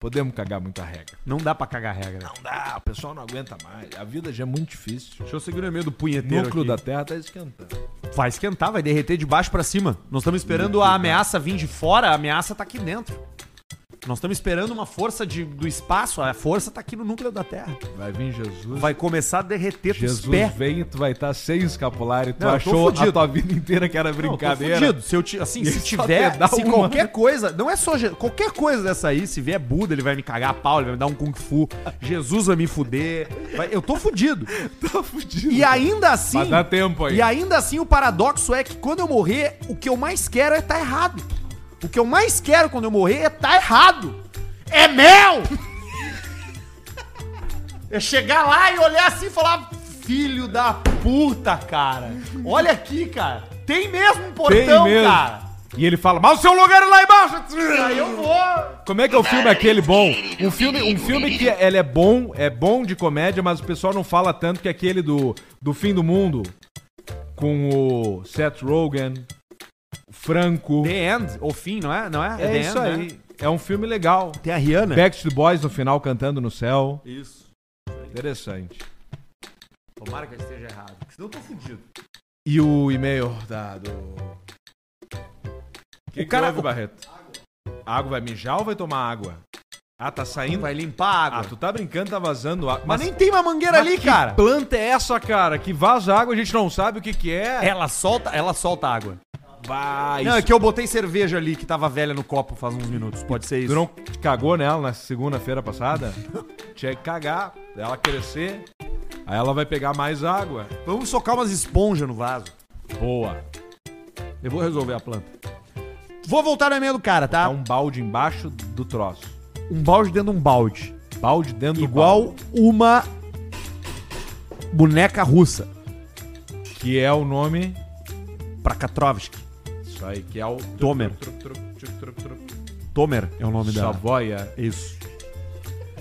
Speaker 2: Podemos cagar muita regra.
Speaker 1: Não dá pra cagar regra.
Speaker 2: Não dá, o pessoal não aguenta mais. A vida já é muito difícil.
Speaker 1: Deixa eu seguir o e-mail do
Speaker 2: O
Speaker 1: punheteiro
Speaker 2: núcleo
Speaker 1: aqui.
Speaker 2: da Terra tá esquentando.
Speaker 1: Vai esquentar, vai derreter de baixo pra cima. Nós estamos esperando a ameaça vir de fora, a ameaça tá aqui dentro. Nós estamos esperando uma força de- do espaço, a força tá aqui no núcleo da Terra.
Speaker 2: Vai vir Jesus.
Speaker 1: Vai começar a derreter
Speaker 2: Jesus
Speaker 1: teus pés.
Speaker 2: vem e tu vai estar sem escapular e tu
Speaker 1: Não, eu tô
Speaker 2: achou a
Speaker 1: fudido.
Speaker 2: tua vida inteira que era
Speaker 1: Não, tô
Speaker 2: brincadeira.
Speaker 1: fudido. Se eu ti- assim,
Speaker 2: Ele
Speaker 1: se
Speaker 2: só
Speaker 1: tiver,
Speaker 2: te dá
Speaker 1: se
Speaker 2: uma.
Speaker 1: qualquer coisa, não é só Je- qualquer coisa dessa aí, se vier Buda, ele vai me cagar a pau, ele vai me dar um kung fu, Jesus vai me fuder. vai- eu tô fudido.
Speaker 2: Tô fudido.
Speaker 1: E ainda assim,
Speaker 2: Mas dá tempo aí.
Speaker 1: e ainda assim o paradoxo é que quando eu morrer, o que eu mais quero é tá errado. O que eu mais quero quando eu morrer é tá errado. É meu! É chegar lá e olhar assim e falar: Filho da puta, cara. Olha aqui, cara. Tem mesmo um portão,
Speaker 2: mesmo.
Speaker 1: cara.
Speaker 2: E ele fala, mas o seu lugar é lá embaixo!
Speaker 1: Aí eu vou.
Speaker 2: Como é que é o filme aquele bom? Um filme, um filme que ele é bom, é bom de comédia, mas o pessoal não fala tanto que é aquele do, do fim do mundo. Com o Seth Rogen, o Franco.
Speaker 1: The End, ou fim, não é? Não é?
Speaker 2: É
Speaker 1: The
Speaker 2: isso
Speaker 1: End,
Speaker 2: aí.
Speaker 1: né?
Speaker 2: É um filme legal.
Speaker 1: Tem a Rihanna.
Speaker 2: Backstreet Boys no final cantando no céu.
Speaker 1: Isso.
Speaker 2: Interessante.
Speaker 1: Tomara que eu esteja errado. porque Senão eu tô fudido.
Speaker 2: E o e-mail da, do. o
Speaker 1: que
Speaker 2: cara.
Speaker 1: houve,
Speaker 2: Barreto? Água vai mijar ou vai tomar água? Ah, tá saindo.
Speaker 1: Vai limpar a água.
Speaker 2: Ah, tu tá brincando, tá vazando água.
Speaker 1: Mas nem tem uma mangueira ali, cara.
Speaker 2: planta é essa, cara? Que vaza água, a gente não sabe o que que é.
Speaker 1: Ela solta, ela solta água.
Speaker 2: Vai.
Speaker 1: Não, é que eu botei cerveja ali que tava velha no copo faz uns minutos. Pode ser isso.
Speaker 2: Tu não um- cagou nela na segunda-feira passada? Tinha que cagar, ela crescer. Aí ela vai pegar mais água.
Speaker 1: Vamos socar umas esponjas no vaso.
Speaker 2: Boa.
Speaker 1: Eu vou resolver a planta. Vou voltar no e-mail do cara,
Speaker 2: Tá
Speaker 1: tá?
Speaker 2: um balde embaixo do troço.
Speaker 1: Um balde dentro de um balde.
Speaker 2: Balde dentro do
Speaker 1: Igual uma boneca russa.
Speaker 2: balde. Que é o nome.
Speaker 1: Prakatrovski.
Speaker 2: Isso aí, que é o.
Speaker 1: Tomer. Tomer é o nome dela.
Speaker 2: Savoia.
Speaker 1: Isso.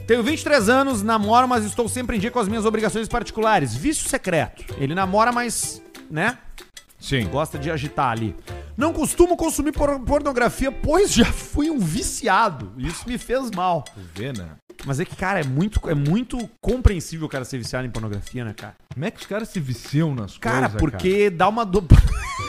Speaker 1: Tenho 23 anos, namoro, mas estou sempre em dia com as minhas obrigações particulares. Vício secreto. Ele namora, mas, né?
Speaker 2: Sim.
Speaker 1: Gosta de agitar ali. Não costumo consumir por- pornografia, pois já fui um viciado. Isso me fez mal.
Speaker 2: Vê, né?
Speaker 1: Mas é que, cara, é muito, é muito compreensível o cara ser viciado em pornografia, né, cara?
Speaker 2: Como é que os caras se viciam nas
Speaker 1: Cara,
Speaker 2: coisas?
Speaker 1: porque dá uma dupla.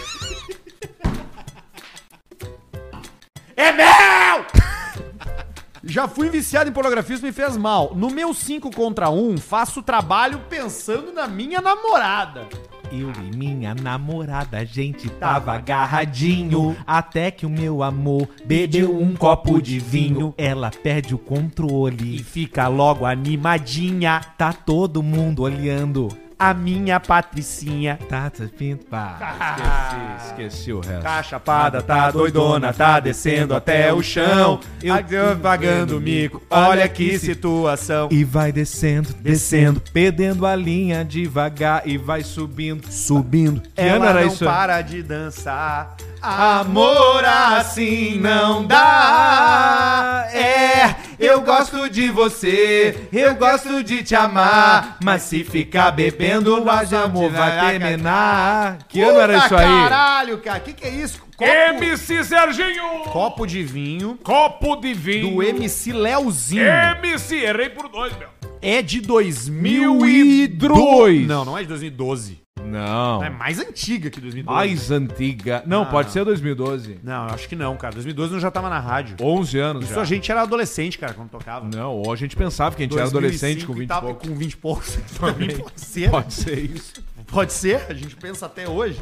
Speaker 1: é meu! Já fui viciado em pornografia, isso me fez mal. No meu 5 contra 1, faço trabalho pensando na minha namorada.
Speaker 2: Eu e minha namorada, a gente
Speaker 1: tava
Speaker 2: agarradinho. Até que o meu amor
Speaker 1: bebeu um copo de vinho.
Speaker 2: Ela perde o
Speaker 1: E
Speaker 2: controle.
Speaker 1: fica logo animadinha,
Speaker 2: Tá todo mundo olhando.
Speaker 1: a minha patricinha.
Speaker 2: Tá, tá, pinto, Ah. pá. Esqueci, esqueci o resto.
Speaker 1: Tá chapada, tá doidona, tá descendo até o chão. Eu pagando o mico, olha que situação.
Speaker 2: E vai descendo, descendo, perdendo a linha devagar e vai subindo.
Speaker 1: subindo.
Speaker 2: Que ano era
Speaker 1: não
Speaker 2: isso?
Speaker 1: para de dançar. Amor assim não dá. É, eu gosto de você, eu gosto de te amar, mas se ficar bebendo, o amor vai terminar.
Speaker 2: Que ano era isso aí?
Speaker 1: Caralho, cara, que que é isso? Copo,
Speaker 5: MC Serginho!
Speaker 1: copo de vinho
Speaker 5: Copo de vinho.
Speaker 1: do MC Leozinho.
Speaker 5: MC, errei por dois, meu.
Speaker 1: É de 2002.
Speaker 2: 2002.
Speaker 1: Não, não é de 2012.
Speaker 2: Não.
Speaker 1: É mais antiga que 2012.
Speaker 2: Mais antiga. Não,
Speaker 1: Ah.
Speaker 2: pode ser 2012.
Speaker 1: Não, eu acho que não, cara. 2012 eu já tava na rádio.
Speaker 2: 11 anos
Speaker 1: Isso
Speaker 2: já.
Speaker 1: a gente era adolescente, cara, quando tocava.
Speaker 2: Não, ou a gente pensava que a gente era
Speaker 1: 2005
Speaker 2: adolescente com
Speaker 1: e
Speaker 2: 20 e
Speaker 1: tava
Speaker 2: pouco.
Speaker 1: Com 20 e poucos. Também pode ser.
Speaker 2: Pode ser isso.
Speaker 1: Pode ser, a gente pensa até hoje.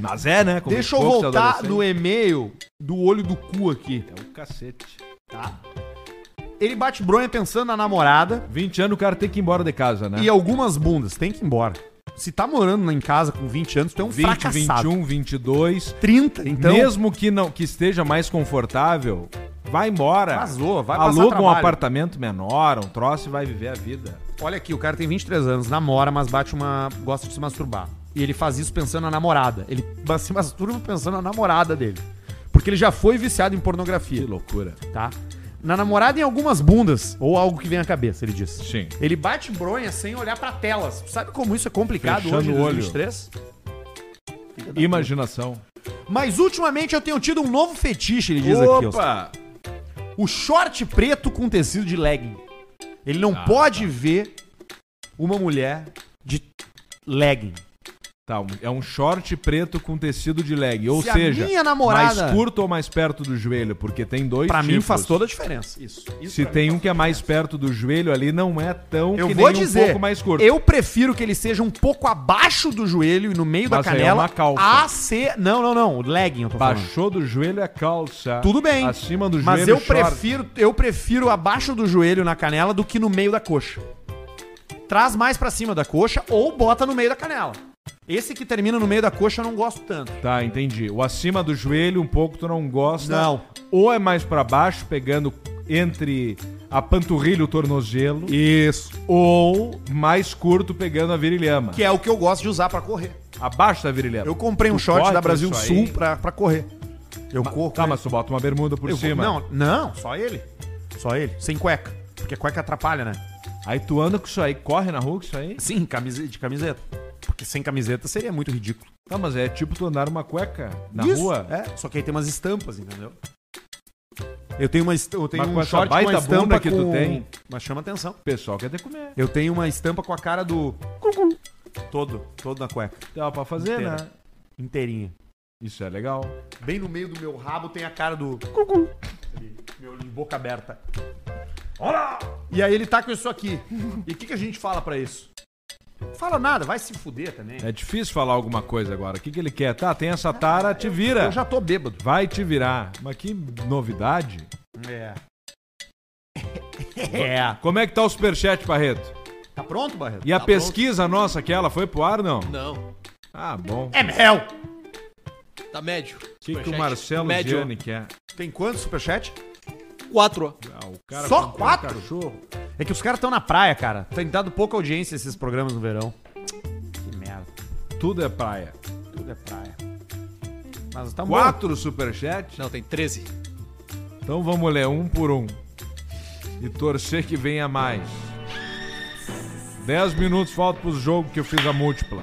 Speaker 2: Mas é, né? Com
Speaker 1: Deixa eu
Speaker 2: 20 e poucos,
Speaker 1: voltar
Speaker 2: adolescente.
Speaker 1: no e-mail do olho do cu aqui.
Speaker 2: É um cacete.
Speaker 1: Tá? Ele bate bronha pensando na namorada
Speaker 2: 20 anos o cara tem que ir embora de casa, né?
Speaker 1: e é algumas bundas. Tem que ir embora. Se tá morando em casa com 20 anos, tu é um 20,
Speaker 2: 20,
Speaker 1: fracassado.
Speaker 2: 21, 22.
Speaker 1: 30, então.
Speaker 2: Mesmo que não que esteja mais confortável, vai embora.
Speaker 1: Vazou, vai passar
Speaker 2: Aluga um
Speaker 1: trabalho.
Speaker 2: apartamento menor, um troço e vai viver a vida.
Speaker 1: Olha aqui, o cara tem 23 anos, namora, mas bate uma. gosta de se masturbar. E ele faz isso pensando na namorada. Ele mas- se masturba pensando na namorada dele. Porque ele já foi viciado em
Speaker 2: Que
Speaker 1: pornografia,
Speaker 2: loucura.
Speaker 1: tá? Na namorada em algumas bundas, ou algo que vem à cabeça, ele diz.
Speaker 2: Sim.
Speaker 1: Ele bate bronha sem olhar pra telas. Tu sabe como isso é complicado
Speaker 2: Fechando
Speaker 1: hoje em
Speaker 2: o olho.
Speaker 1: 2023?
Speaker 2: Imaginação.
Speaker 1: Mas ultimamente eu tenho tido um novo fetiche, ele diz aqui. ó.
Speaker 2: Opa!
Speaker 1: O short preto com tecido de legging. Ele não
Speaker 2: Ah, tá.
Speaker 1: pode ver uma mulher de legging.
Speaker 2: Tá, um- é um short preto com tecido de leg. Ou
Speaker 1: Se a
Speaker 2: seja,
Speaker 1: minha namorada-
Speaker 2: mais curto ou mais perto do joelho, porque tem dois
Speaker 1: Pra mim
Speaker 2: tipos.
Speaker 1: faz toda a diferença. Isso.
Speaker 2: Se tem um que é mais perto do joelho ali, não é tão
Speaker 1: Eu
Speaker 2: que
Speaker 1: vou
Speaker 2: nem
Speaker 1: dizer,
Speaker 2: um pouco mais curto.
Speaker 1: eu prefiro que ele seja um pouco abaixo do joelho e no meio
Speaker 2: Mas
Speaker 1: da
Speaker 2: aí é
Speaker 1: canela.
Speaker 2: uma calça.
Speaker 1: A ser. Não, não, não. Legging, eu tô falando.
Speaker 2: Baixou do joelho é calça.
Speaker 1: Tudo bem.
Speaker 2: Acima do joelho
Speaker 1: Mas eu
Speaker 2: short.
Speaker 1: prefiro, eu prefiro abaixo do joelho na canela do que no meio da coxa. Traz mais pra cima da coxa ou bota no meio da canela. Esse que termina no meio da coxa eu não gosto tanto.
Speaker 2: Tá, entendi. O acima do joelho um pouco tu não gosta.
Speaker 1: Não.
Speaker 2: Ou é mais pra baixo, pegando entre a panturrilha e o tornozelo.
Speaker 1: Isso.
Speaker 2: Ou mais curto, pegando a virilhama.
Speaker 1: Que é o que eu gosto de usar pra correr.
Speaker 2: Abaixo da virilhama.
Speaker 1: Eu comprei um
Speaker 2: Tu
Speaker 1: short
Speaker 2: corta
Speaker 1: da Brasil
Speaker 2: isso aí?
Speaker 1: Sul pra, pra correr. Eu corro.
Speaker 2: Tá, mas tu bota uma bermuda por
Speaker 1: né? Eu-
Speaker 2: cima.
Speaker 1: Não, não, só ele. Só ele. Sem cueca. Porque cueca atrapalha, né?
Speaker 2: Aí tu anda com isso aí, corre na rua com isso aí.
Speaker 1: Sim, camise- de camiseta. Porque sem camiseta seria muito ridículo.
Speaker 2: Tá, mas é tipo tu andar numa cueca na
Speaker 1: Isso,
Speaker 2: rua.
Speaker 1: É, só que aí tem umas estampas, entendeu? Eu tenho uma, est- eu tenho
Speaker 2: Mas
Speaker 1: um
Speaker 2: com essa
Speaker 1: short com uma
Speaker 2: baita bunda
Speaker 1: estampa
Speaker 2: que
Speaker 1: com...
Speaker 2: tu tem.
Speaker 1: Mas chama atenção.
Speaker 2: O pessoal quer ter comer.
Speaker 1: Eu tenho uma estampa com a cara do... Todo, todo na cueca,
Speaker 2: Dá pra fazer,
Speaker 1: Inteira.
Speaker 2: né?
Speaker 1: inteirinha.
Speaker 2: Isso é legal.
Speaker 1: Bem no meio do meu rabo tem a cara do... Ali, Meu de boca aberta. Olá! E aí ele tá com isso aqui. E o que, que a gente fala pra isso? Fala nada, vai se fuder também.
Speaker 2: É difícil falar alguma coisa agora. O que, que ele quer? Tá, tem essa tara, te vira.
Speaker 1: Eu já tô bêbado.
Speaker 2: Vai te virar. Mas que novidade.
Speaker 1: É. É.
Speaker 2: Como é que tá o superchat, Barreto?
Speaker 1: Tá pronto, Barreto?
Speaker 2: E a
Speaker 3: Tá
Speaker 2: pesquisa nossa, aquela, foi pro ar, não?
Speaker 3: Não,
Speaker 2: Ah, bom.
Speaker 1: É mel!
Speaker 3: tá médio.
Speaker 2: O que, que o Marcelo
Speaker 3: médio?
Speaker 2: Gianni quer?
Speaker 1: Tem quanto superchat?
Speaker 3: Quatro.
Speaker 2: Ah, o
Speaker 1: Só
Speaker 2: comprou um
Speaker 1: quatro?
Speaker 2: cachorro.
Speaker 1: É que os caras estão na praia, cara. Tem dado pouca audiência esses programas no verão. Que merda.
Speaker 2: Tudo é praia.
Speaker 1: Tudo é praia. Mas tá bom.
Speaker 2: Quatro superchats?
Speaker 3: Não, tem 13.
Speaker 2: Então vamos ler um por um. E torcer que venha mais. Dez minutos falta pro jogo que eu fiz a múltipla.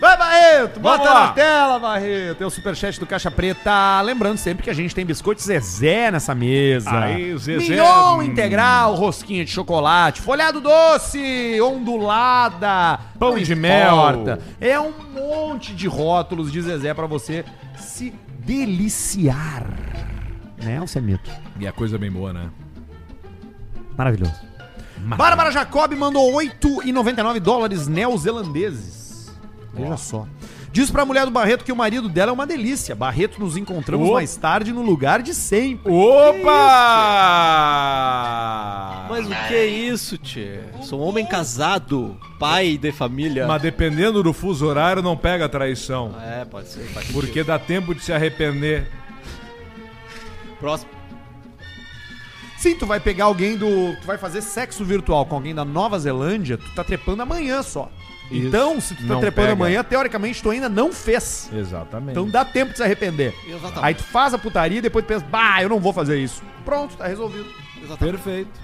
Speaker 1: Vai, Barreto! Bota
Speaker 2: Vamos lá.
Speaker 1: na tela, Barreto! É o superchat do Caixa Preta. Lembrando sempre que a gente tem biscoito Zezé nessa mesa.
Speaker 2: Aí, Zezé.
Speaker 1: Mignon
Speaker 2: Hum.
Speaker 1: integral, rosquinha de chocolate, folhado doce, ondulada.
Speaker 2: Pão
Speaker 1: não
Speaker 2: de mel.
Speaker 1: É um monte de rótulos de Zezé pra você se deliciar. Né, Alcemito?
Speaker 2: E a coisa é bem boa, né?
Speaker 1: Maravilhoso. Bárbara Jacob mandou 8,99 dólares neozelandeses. Veja só. Diz pra mulher do Barreto que o marido dela é uma delícia. Barreto, nos encontramos
Speaker 2: Opa.
Speaker 1: mais tarde no lugar de sempre.
Speaker 2: Opa! Mas,
Speaker 3: Mas o que é isso, tchê? Sou um homem casado, pai de família.
Speaker 2: dependendo do fuso horário, não pega traição.
Speaker 3: É, pode ser. faz sentido.
Speaker 2: Porque dá tempo de se arrepender.
Speaker 3: Próximo.
Speaker 1: Sim, tu vai pegar alguém do. Tu vai fazer sexo virtual com alguém da Nova Zelândia, tu tá trepando amanhã só.
Speaker 2: Isso.
Speaker 1: Então, se tu tá
Speaker 2: Não
Speaker 1: trepando
Speaker 2: pega.
Speaker 1: amanhã, teoricamente tu ainda não fez.
Speaker 2: Exatamente.
Speaker 1: Então dá tempo de se arrepender.
Speaker 3: Exatamente.
Speaker 1: Aí tu faz a putaria e depois tu pensa, bah, eu não vou fazer isso. Pronto, tá resolvido.
Speaker 3: Exatamente.
Speaker 2: Perfeito.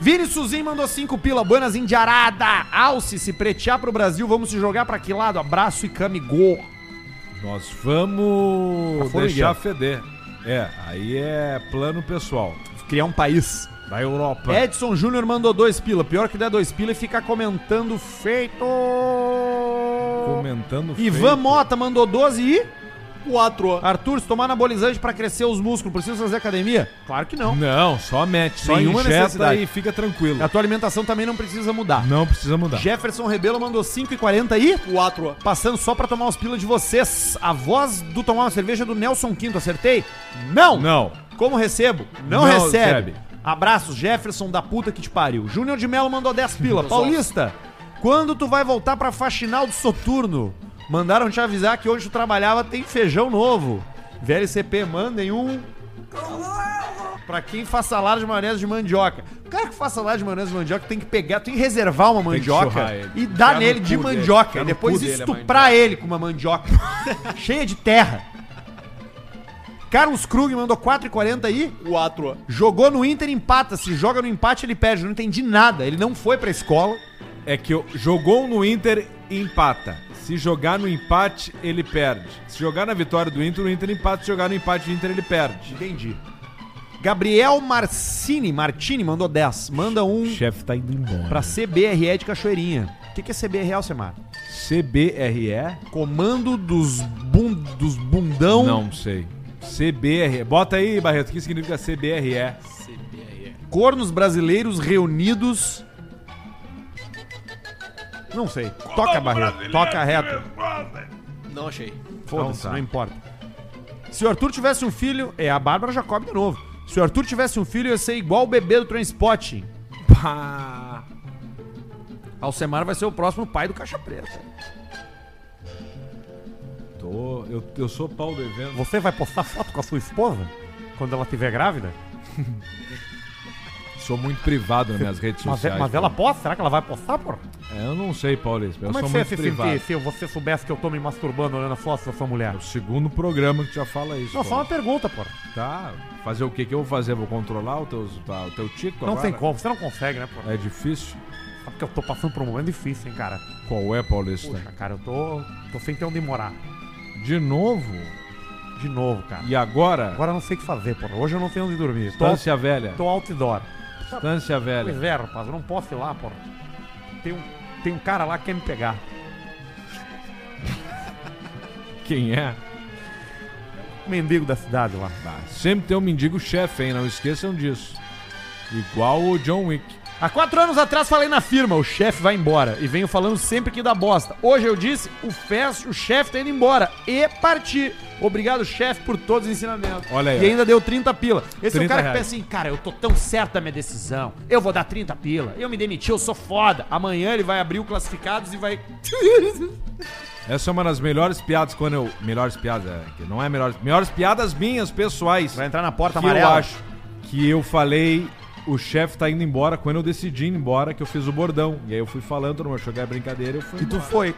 Speaker 1: Vini Suzin mandou cinco pila, buenas indiarada. Alce, se pretear pro Brasil, vamos se jogar pra que lado? Abraço e camigô.
Speaker 2: Nós vamos
Speaker 1: Pra Formigueiro.
Speaker 2: deixar feder. É, aí é plano pessoal.
Speaker 1: Criar um país.
Speaker 2: Da Europa.
Speaker 1: Edson Júnior mandou dois pila. Pior que der dois pila e ficar comentando feito.
Speaker 2: Comentando
Speaker 1: Ivan Mota mandou 12 e.
Speaker 3: Quatro.
Speaker 1: Arthur, se tomar anabolizante pra crescer os músculos, precisa fazer academia? Claro que não.
Speaker 2: Não, só mete, só
Speaker 1: Nenhuma
Speaker 2: injeta
Speaker 1: necessidade.
Speaker 2: e fica tranquilo.
Speaker 1: A tua alimentação também não precisa mudar.
Speaker 2: Não precisa mudar.
Speaker 1: Jefferson Rebelo mandou 5 e 40 e.
Speaker 3: Quatro.
Speaker 1: Passando só pra tomar os pila de vocês. A voz do tomar uma cerveja é do Nelson Quinto, acertei? Não!
Speaker 2: Não.
Speaker 1: Como recebo? Não,
Speaker 2: Não
Speaker 1: recebe.
Speaker 2: recebe.
Speaker 1: Abraços, Jefferson da puta que te pariu. Júnior de Melo mandou 10 pila. Paulista, quando tu vai voltar pra faxinal do Soturno? Mandaram te avisar que onde tu trabalhava tem feijão novo. VLCP, mandem um. Pra quem faz salada de maionese de mandioca. O cara que faz salada de maionese de mandioca tem que pegar, tem que reservar uma
Speaker 2: que
Speaker 1: mandioca
Speaker 2: churrar ele.
Speaker 1: e dar
Speaker 2: Tá no
Speaker 1: nele
Speaker 2: cu
Speaker 1: de
Speaker 2: dele,
Speaker 1: mandioca.
Speaker 2: tá
Speaker 1: e
Speaker 2: no
Speaker 1: depois
Speaker 2: cu dele a
Speaker 1: estuprar ele com uma mandioca cheia de terra. Carlos Krug mandou 4,40 aí.
Speaker 3: Quatro.
Speaker 1: Jogou no Inter, empata. Se joga no empate, ele perde. Eu Não entendi nada. Ele não foi pra escola.
Speaker 2: É que eu- jogou no Inter, empata. Se jogar no empate, ele perde. Se jogar na vitória do Inter, o Inter empata. Se jogar no empate do Inter, ele perde.
Speaker 1: Entendi. Gabriel Marcini, Martini mandou 10. Manda um
Speaker 2: chefe tá indo embora.
Speaker 1: pra CBRE de Cachoeirinha. O que, que é CBRE, Alcemar?
Speaker 2: CBRE?
Speaker 1: Comando dos, bun, dos bundão.
Speaker 2: Não sei. CBRE. Bota aí, Barreto, o que significa CBRE?
Speaker 1: Cornos brasileiros reunidos. Não sei. Toca, Barreto. Toca reto.
Speaker 3: Não achei.
Speaker 1: Foda-se,
Speaker 2: Então tá.
Speaker 1: não importa. Se o Arthur tivesse um filho. É a Bárbara Jacob de novo. Se o Arthur tivesse um filho, ia ser igual o bebê do Transpotting.
Speaker 2: Pá.
Speaker 1: Alcemar vai ser o próximo pai do Caixa Preta.
Speaker 2: Tô, eu, eu sou pau devendo.
Speaker 1: Você vai postar foto com a sua esposa? Quando ela estiver grávida?
Speaker 2: Sou muito privado nas minhas redes
Speaker 1: Mas, é
Speaker 2: sociais.
Speaker 1: mas ela posta? Será que ela vai postar, porra?
Speaker 2: É, eu não sei, Paulista. Eu
Speaker 1: Como é que
Speaker 2: sou
Speaker 1: você ia
Speaker 2: muito
Speaker 1: se
Speaker 2: privado.
Speaker 1: sentir se você soubesse que eu tô me masturbando olhando a foto da sua mulher?
Speaker 2: É o segundo programa que já fala isso.
Speaker 1: Não, só uma
Speaker 2: Paulista.
Speaker 1: pergunta, porra.
Speaker 2: Tá. Fazer o que que eu vou fazer? Vou controlar o, teus, tá, o teu tico
Speaker 1: Não
Speaker 2: agora?
Speaker 1: tem como, você não consegue, né, porra?
Speaker 2: É difícil?
Speaker 1: Sabe que eu tô passando por um momento difícil, hein, cara?
Speaker 2: Qual é, Paulista?
Speaker 1: Puxa, cara, eu tô, tô sem ter onde morar.
Speaker 2: De novo?
Speaker 1: De novo, cara.
Speaker 2: E agora?
Speaker 1: Agora é eu não sei o que fazer, porra. Hoje eu não tenho onde dormir. Tô,
Speaker 2: Estância Velha.
Speaker 1: tô outdoor.
Speaker 2: Estância Velha.
Speaker 1: Pois é, rapaz, eu não posso ir lá, porra. Tem um, tem um cara lá que quer me pegar.
Speaker 2: Quem é?
Speaker 1: Mendigo da cidade lá.
Speaker 2: Sempre tem um mendigo chefe, hein? Não esqueçam disso. Igual o John Wick.
Speaker 1: Há quatro anos atrás falei na firma, o chefe vai embora. E venho falando sempre que dá bosta. Hoje eu disse, o fest, o chefe tá indo embora. E parti. Obrigado, chefe, por todos os ensinamentos.
Speaker 2: Olha aí,
Speaker 1: E
Speaker 2: ó.
Speaker 1: ainda deu 30 pila. Esse é o
Speaker 2: 30
Speaker 1: cara que
Speaker 2: reais.
Speaker 1: pensa assim, cara, eu tô tão certo da minha decisão. Eu vou dar 30 pila. Eu me demiti, eu sou foda. Amanhã ele vai abrir o classificados e vai.
Speaker 2: Essa é uma das melhores piadas quando eu. Melhores piadas, é, que não é melhores. Melhores piadas minhas, pessoais.
Speaker 1: vai entrar na porta
Speaker 2: que eu
Speaker 1: amarela.
Speaker 2: acho que eu falei o chefe tá indo embora quando eu decidi ir embora que eu fiz o bordão e aí eu fui falando não achou que era brincadeira eu fui
Speaker 1: E tu
Speaker 2: embora.
Speaker 1: foi.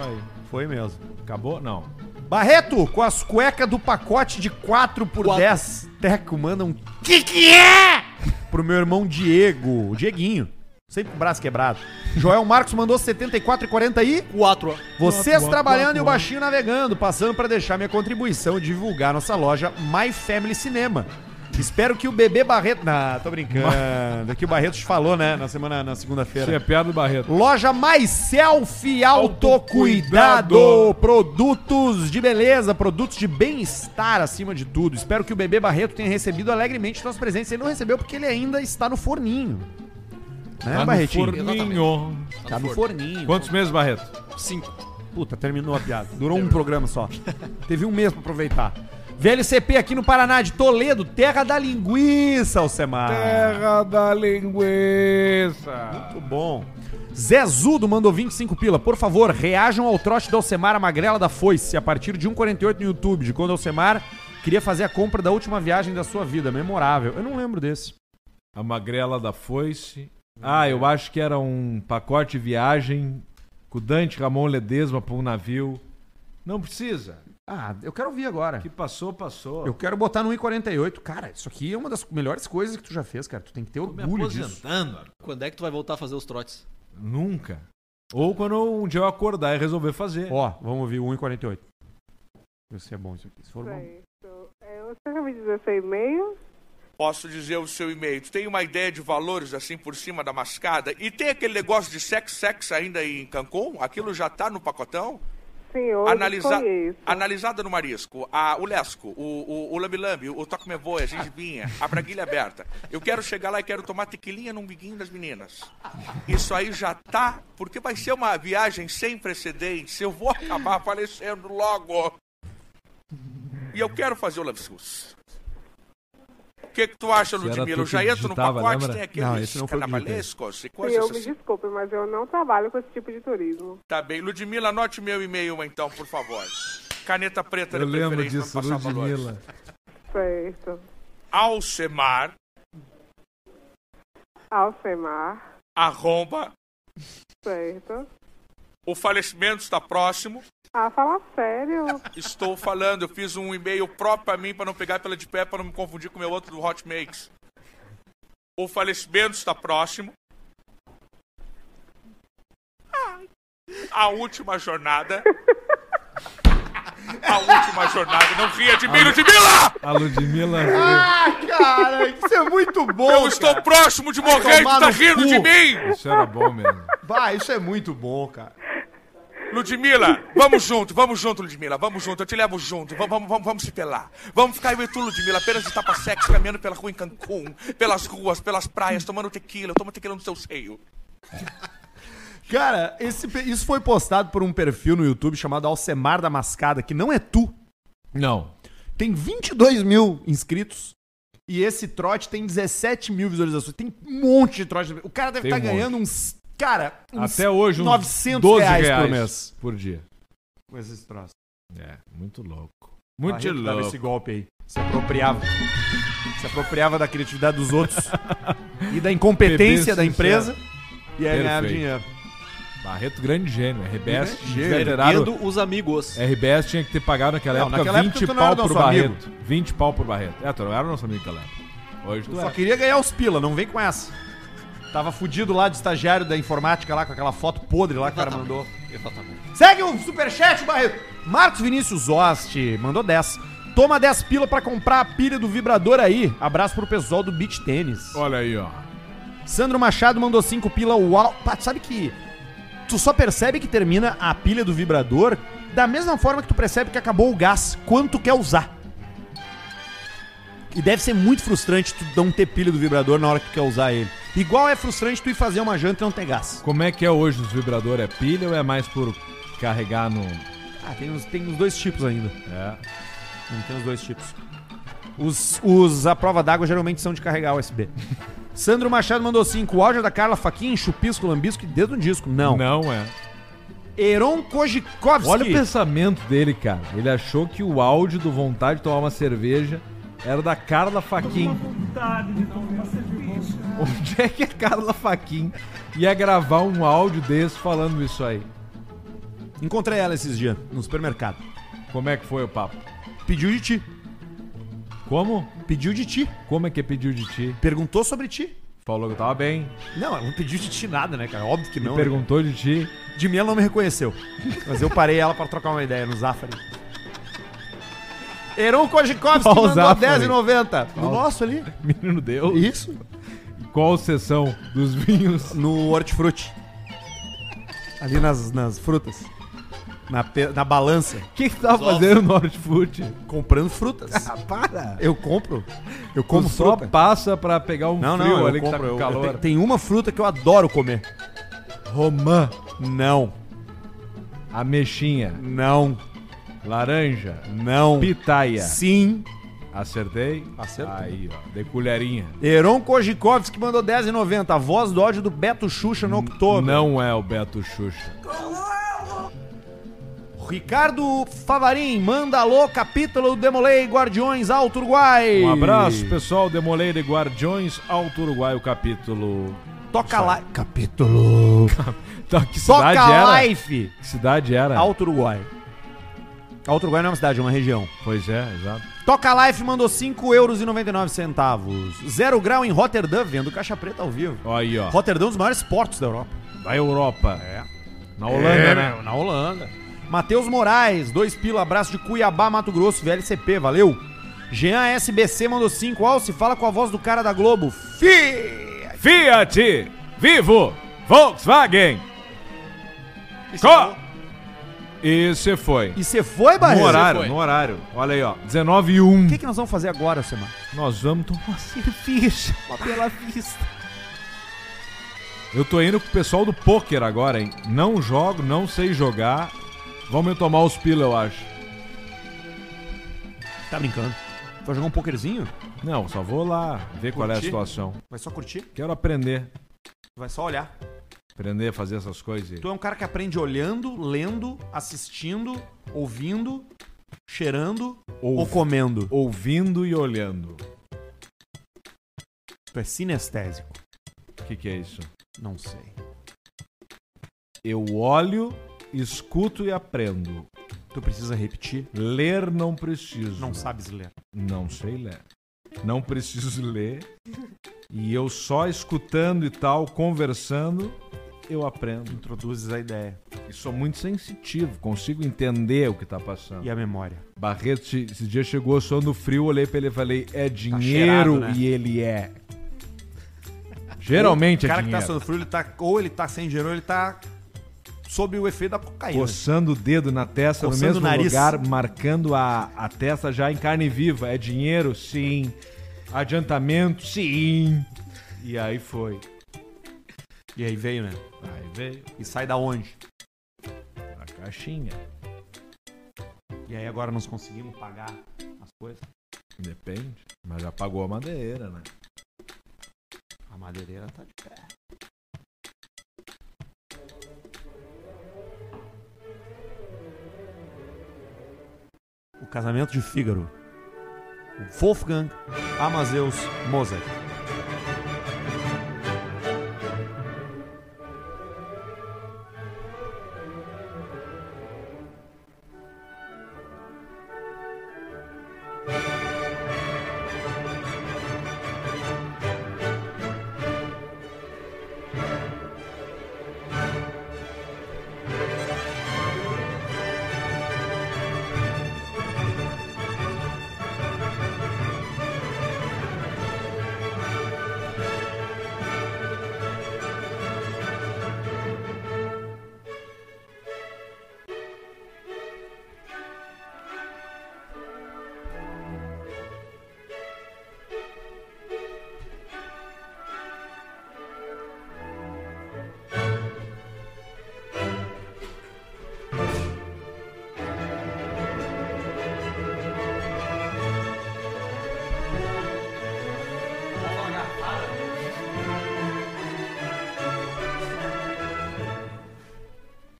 Speaker 2: Aí,
Speaker 1: Foi mesmo.
Speaker 2: acabou não
Speaker 1: Barreto, com as cuecas do pacote de 4 por
Speaker 3: Quatro.
Speaker 1: 10, Teco manda um que que é? Pro meu irmão Diego, o Dieguinho. Sempre com o braço quebrado. Joel Marcos mandou 74 e 40 e
Speaker 3: Quatro.
Speaker 1: vocês trabalhando e o baixinho navegando, passando pra deixar minha contribuição e divulgar nossa loja My Family Cinema. Espero que o bebê Barreto, não, tô brincando. que o Barreto te falou, né, na semana, na segunda-feira.
Speaker 2: isso é piada do Barreto
Speaker 1: Loja Mais Selfie Autocuidado.
Speaker 2: Autocuidado.
Speaker 1: Produtos de beleza, produtos de bem-estar acima de tudo. Espero que o bebê Barreto tenha recebido alegremente nossos presentes. Ele não recebeu porque ele ainda está no forninho. Né,
Speaker 2: Tá no
Speaker 1: Barretinho?
Speaker 2: forninho.
Speaker 1: Tá no forninho.
Speaker 2: quantos meses Barreto
Speaker 3: Cinco.
Speaker 1: Puta, terminou a piada. Durou um programa só. Teve um mês pra aproveitar. VLCP aqui no Paraná, de Toledo, terra da linguiça, Alcemar.
Speaker 2: da linguiça
Speaker 1: Muito bom. Zezudo mandou 25 pila. Por favor, reajam ao trote da Alcemar, a magrela da foice, a partir de 1,48 no YouTube, de quando a Alcemar queria fazer a compra da última viagem da sua vida. Memorável. Eu não lembro desse.
Speaker 2: a magrela da foice ah eu acho que era um pacote de viagem com o Dante Ramon Ledesma pra um navio não precisa
Speaker 1: Ah, eu quero ouvir agora.
Speaker 2: que passou passou
Speaker 1: Eu quero botar no 1,48. Cara, isso aqui é uma das melhores coisas que tu já fez, cara. Tu tem que ter orgulho disso.
Speaker 3: Quando é que tu vai voltar a fazer os trotes?
Speaker 2: Nunca. Ou quando eu- um dia eu acordar e resolver fazer.
Speaker 1: Ó, vamos ouvir um o 1,48. Isso é bom isso aqui. Se for bom.
Speaker 6: Certo. É, você vai me dizer seu e-mail?
Speaker 7: Posso dizer o seu e-mail. Tu tem uma ideia de valores assim por cima da mascada? E tem aquele negócio de sex-sex ainda em Cancún? Aquilo já tá no pacotão?
Speaker 6: Sim, hoje
Speaker 7: Analisa-
Speaker 6: foi isso.
Speaker 7: Analisada no marisco, a, o lesco, o, o, o lambi-lambi, o toque me voe, a gengibinha, a braguilha aberta. Eu quero chegar lá e quero tomar tequilinha no umbiguinho das meninas. Isso aí já tá, porque vai ser uma viagem sem precedentes. Eu vou acabar falecendo logo. E eu quero fazer o lambi-sus. O que, que tu acha,
Speaker 2: Era
Speaker 7: Ludmila?
Speaker 2: tu
Speaker 7: Eu já
Speaker 2: que
Speaker 7: entro no
Speaker 2: digitava,
Speaker 7: pacote,
Speaker 2: lembra?
Speaker 7: tem
Speaker 2: Não,
Speaker 7: aqueles
Speaker 2: esse não foi o que eu digitei.
Speaker 7: carnavalescos
Speaker 6: E
Speaker 7: e
Speaker 6: eu
Speaker 7: coisas
Speaker 6: me
Speaker 7: assim.
Speaker 6: desculpe, mas eu não trabalho com esse tipo de turismo.
Speaker 7: Tá bem. Ludmila, anote meu e-mail então, por favor. Caneta preta
Speaker 2: Eu
Speaker 7: de
Speaker 2: lembro
Speaker 7: preferência
Speaker 2: disso,
Speaker 7: pra não passar valores.
Speaker 2: Ludmilla.
Speaker 6: Certo.
Speaker 7: Alcemar,
Speaker 6: Alcemar.
Speaker 7: arromba,
Speaker 6: Certo.
Speaker 7: o falecimento está próximo.
Speaker 6: Ah, fala sério.
Speaker 7: Estou falando, eu fiz um e-mail próprio pra mim pra não pegar pela de pé, pra não me confundir com o meu outro do Hot Makes. O falecimento está próximo. Ai. A última jornada. A última jornada. Não ria de mim, Ludmilla!
Speaker 2: A Ludmilla.
Speaker 1: Ah, cara, isso é muito bom.
Speaker 7: Eu estou
Speaker 1: cara.
Speaker 7: próximo de morrer e tu
Speaker 1: tomar
Speaker 7: tá
Speaker 1: no
Speaker 7: rindo
Speaker 1: cu.
Speaker 7: de mim!
Speaker 2: Isso era bom mesmo.
Speaker 1: Vai, isso é muito bom, cara.
Speaker 7: Ludmila, vamos junto, vamos junto, Ludmila, vamos junto, eu te levo junto, vamos, vamos, vamos, vamos se pelar. Vamos ficar eu e tu, Ludmila, apenas de tapa sexo, caminhando pela rua em Cancún, pelas ruas, pelas praias, tomando tequila, eu tomo tequila no seu seio.
Speaker 1: Cara, esse pe- isso foi postado por um perfil no YouTube chamado Alcemar da Mascada, que não é tu.
Speaker 2: Não.
Speaker 1: Tem 22 mil inscritos. E esse trote tem 17 mil visualizações. Tem um monte de trote. O cara deve
Speaker 2: Tem
Speaker 1: estar
Speaker 2: um
Speaker 1: ganhando uns. Cara, uns
Speaker 2: Até hoje, uns
Speaker 1: 900
Speaker 2: 12
Speaker 1: reais, por
Speaker 2: reais.
Speaker 1: mês.
Speaker 2: Por dia.
Speaker 1: Com esses troços.
Speaker 2: É, muito louco. Muito
Speaker 1: Barreto dava esse
Speaker 2: louco.
Speaker 1: golpe aí. Se apropriava. Se apropriava da criatividade dos outros e da incompetência
Speaker 2: Bebê
Speaker 1: da
Speaker 2: sincero.
Speaker 1: empresa. E aí ganhava
Speaker 2: Perfeito.
Speaker 1: dinheiro.
Speaker 2: Barreto, grande gênio. RBS,
Speaker 1: Grande gênio.
Speaker 2: veterano.
Speaker 3: Perdendo os amigos.
Speaker 1: É.
Speaker 2: RBS tinha que ter pagado naquela
Speaker 1: Não,
Speaker 2: época
Speaker 1: naquela época
Speaker 2: 20
Speaker 1: tu não
Speaker 2: pau
Speaker 1: era
Speaker 2: por
Speaker 1: nosso
Speaker 2: Barreto. 20 pau por Barreto. É, tu não era nosso amigo naquela época. Hoje tu
Speaker 1: Só
Speaker 2: é.
Speaker 1: queria ganhar os pila, não vem com essa. Tava fudido lá de estagiário da informática lá com aquela foto podre lá que o cara mandou. Segue o superchat, Barreto. Marcos Vinícius Oste mandou 10. Toma 10 pila pra comprar a pilha do vibrador aí. Abraço pro pessoal do Beach Tênis.
Speaker 2: Olha aí, ó.
Speaker 1: Sandro Machado mandou 5 pila. Uau. Pá, tu sabe que tu só percebe que termina a pilha do vibrador da mesma forma que tu percebe que acabou o gás, quanto quer usar. E deve ser muito frustrante tu não ter pilha do vibrador na hora que tu quer usar ele. Igual é frustrante tu ir fazer uma janta e não ter gás.
Speaker 2: Como é que é hoje os vibradores? É pilha ou é mais por carregar no.
Speaker 1: Ah, tem uns, tem uns dois tipos ainda.
Speaker 2: É.
Speaker 1: Tem os dois tipos. Os, os a prova d'água geralmente são de carregar USB. Sandro Machado mandou 5. O áudio é da Carla Faquinha, chupisco, lambisco e dedo no disco. Não.
Speaker 2: Não é.
Speaker 1: Heron Kojikovski.
Speaker 2: Olha o pensamento dele, cara. Ele achou que o áudio do vontade de tomar uma cerveja era da Carla Faquin. Onde é que a Carla Faquin ia gravar um áudio desse falando isso aí?
Speaker 1: Encontrei ela esses dias no supermercado.
Speaker 2: Como é que foi o papo?
Speaker 1: Pediu de ti.
Speaker 2: Como?
Speaker 1: Pediu de ti.
Speaker 2: Como é que pediu de ti?
Speaker 1: Perguntou sobre ti.
Speaker 2: Falou que eu tava bem.
Speaker 1: Não, ela não pediu de ti nada, né, cara? Óbvio que não. né?
Speaker 2: perguntou de ti.
Speaker 1: De mim ela não me reconheceu. Mas eu parei ela pra trocar uma ideia no Zafari. Heron Kojikovski
Speaker 2: Qual
Speaker 1: mandou
Speaker 2: Zafari?
Speaker 1: 10,90. No nosso ali.
Speaker 2: Menino Deus.
Speaker 1: Isso.
Speaker 2: Qual sessão dos vinhos?
Speaker 1: No hortifruti. Ali nas, nas frutas. Na, pe- na balança.
Speaker 2: O que, que tu tava fazendo no Hortifruti?
Speaker 1: Comprando frutas.
Speaker 2: Para!
Speaker 1: Eu compro. Ah, Eu como
Speaker 2: Como só
Speaker 1: fruta.
Speaker 2: passa pra pegar um
Speaker 1: Não,
Speaker 2: frio
Speaker 1: não,
Speaker 2: ali
Speaker 1: eu
Speaker 2: que tá
Speaker 1: compro.
Speaker 2: com
Speaker 1: eu-
Speaker 2: calor.
Speaker 1: eu te- tem uma fruta que eu adoro comer.
Speaker 2: Romã,
Speaker 1: Não,
Speaker 2: ameixinha,
Speaker 1: não,
Speaker 2: laranja,
Speaker 1: não.
Speaker 2: pitaia.
Speaker 1: Sim.
Speaker 2: Acertei?
Speaker 1: Acertou.
Speaker 2: Aí, ó, de colherinha.
Speaker 1: Heron Kojikovski mandou 10,90. A voz do ódio do Beto Xuxa no outubro.
Speaker 2: Não é o Beto Xuxa.
Speaker 1: Ricardo Favarin manda alô, capítulo Demolei Guardiões Alto Uruguai.
Speaker 2: Um abraço, pessoal. Demoleiro e Guardiões, Alto Uruguai, o capítulo.
Speaker 1: Toca lá. Capítulo.
Speaker 2: Tá, que cidade
Speaker 1: Toca
Speaker 2: era?
Speaker 1: Life.
Speaker 2: Que cidade era?
Speaker 1: Alto Uruguai. Alto Uruguai não é uma cidade, é uma região.
Speaker 2: Pois é, exato.
Speaker 1: Toca Life mandou 5,99 euros. Zero grau em Rotterdam, vendo Caixa Preta ao vivo.
Speaker 2: Ó Aí, ó.
Speaker 1: Rotterdam é um dos maiores portos da Europa.
Speaker 2: Da Europa. É. Na Holanda, né?
Speaker 1: Na Holanda. Matheus Moraes, dois pila, abraço de Cuiabá, Mato Grosso, VLCP, valeu. Jean SBC mandou 5. Ó, se fala com a voz do cara da Globo.
Speaker 2: Fiat! Fiat! Vivo! Volkswagen!
Speaker 3: Isso
Speaker 2: Co! E você foi.
Speaker 1: E você foi,
Speaker 2: No
Speaker 1: Barreto?
Speaker 2: horário,
Speaker 3: foi.
Speaker 2: no horário. Olha aí, ó. 19 e 1.
Speaker 1: O que, que nós vamos fazer agora, Semana?
Speaker 2: Nós vamos tomar cerveja pela vista. Eu tô indo com o pessoal do poker agora, hein? Não jogo, não sei jogar. Vamos eu tomar os pila, eu acho.
Speaker 1: Tá brincando? Vai jogar um pokerzinho?
Speaker 2: Não, só vou lá ver qual é a situação.
Speaker 1: Vai só curtir?
Speaker 2: Quero aprender.
Speaker 1: Vai só olhar.
Speaker 2: Aprender a fazer essas coisas. aí.
Speaker 1: Tu é um cara que aprende olhando, lendo, assistindo, ouvindo, cheirando
Speaker 2: Ouv-
Speaker 1: ou comendo.
Speaker 2: Ouvindo e olhando.
Speaker 1: Tu é sinestésico.
Speaker 2: O que, que é isso?
Speaker 1: Não sei.
Speaker 2: Eu olho, escuto e aprendo.
Speaker 1: Tu precisa repetir.
Speaker 2: Ler não preciso.
Speaker 1: Não sabes ler.
Speaker 2: Não sei ler. Não preciso ler. E eu só escutando e tal, conversando, eu aprendo.
Speaker 1: Introduzes a ideia
Speaker 2: E sou muito sensitivo, consigo entender o que tá passando.
Speaker 1: e a memória.
Speaker 2: Barreto, esse esse dia chegou sono frio, olhei pra ele e falei, é dinheiro
Speaker 1: Tá cheirado, né?
Speaker 2: e ele é.
Speaker 1: O
Speaker 2: Geralmente é
Speaker 1: cara que tá
Speaker 2: dinheiro.
Speaker 1: sendo frio, ele tá, ou ele tá sem dinheiro, ou ele tá sob o efeito da cocaína.
Speaker 2: Coçando o dedo na testa
Speaker 1: Coçando
Speaker 2: no
Speaker 1: o
Speaker 2: mesmo
Speaker 1: nariz.
Speaker 2: lugar, marcando a, a testa já em carne viva. É dinheiro? Sim. Adiantamento? Sim. E aí foi.
Speaker 1: E aí veio, né?
Speaker 2: Aí veio
Speaker 1: E sai da onde?
Speaker 2: a caixinha.
Speaker 1: E aí agora nós conseguimos pagar as coisas.
Speaker 2: Depende. Mas já pagou a madeira, né?
Speaker 1: A madeireira tá de pé. O casamento de Fígaro. O Wolfgang Amazeus Mozart.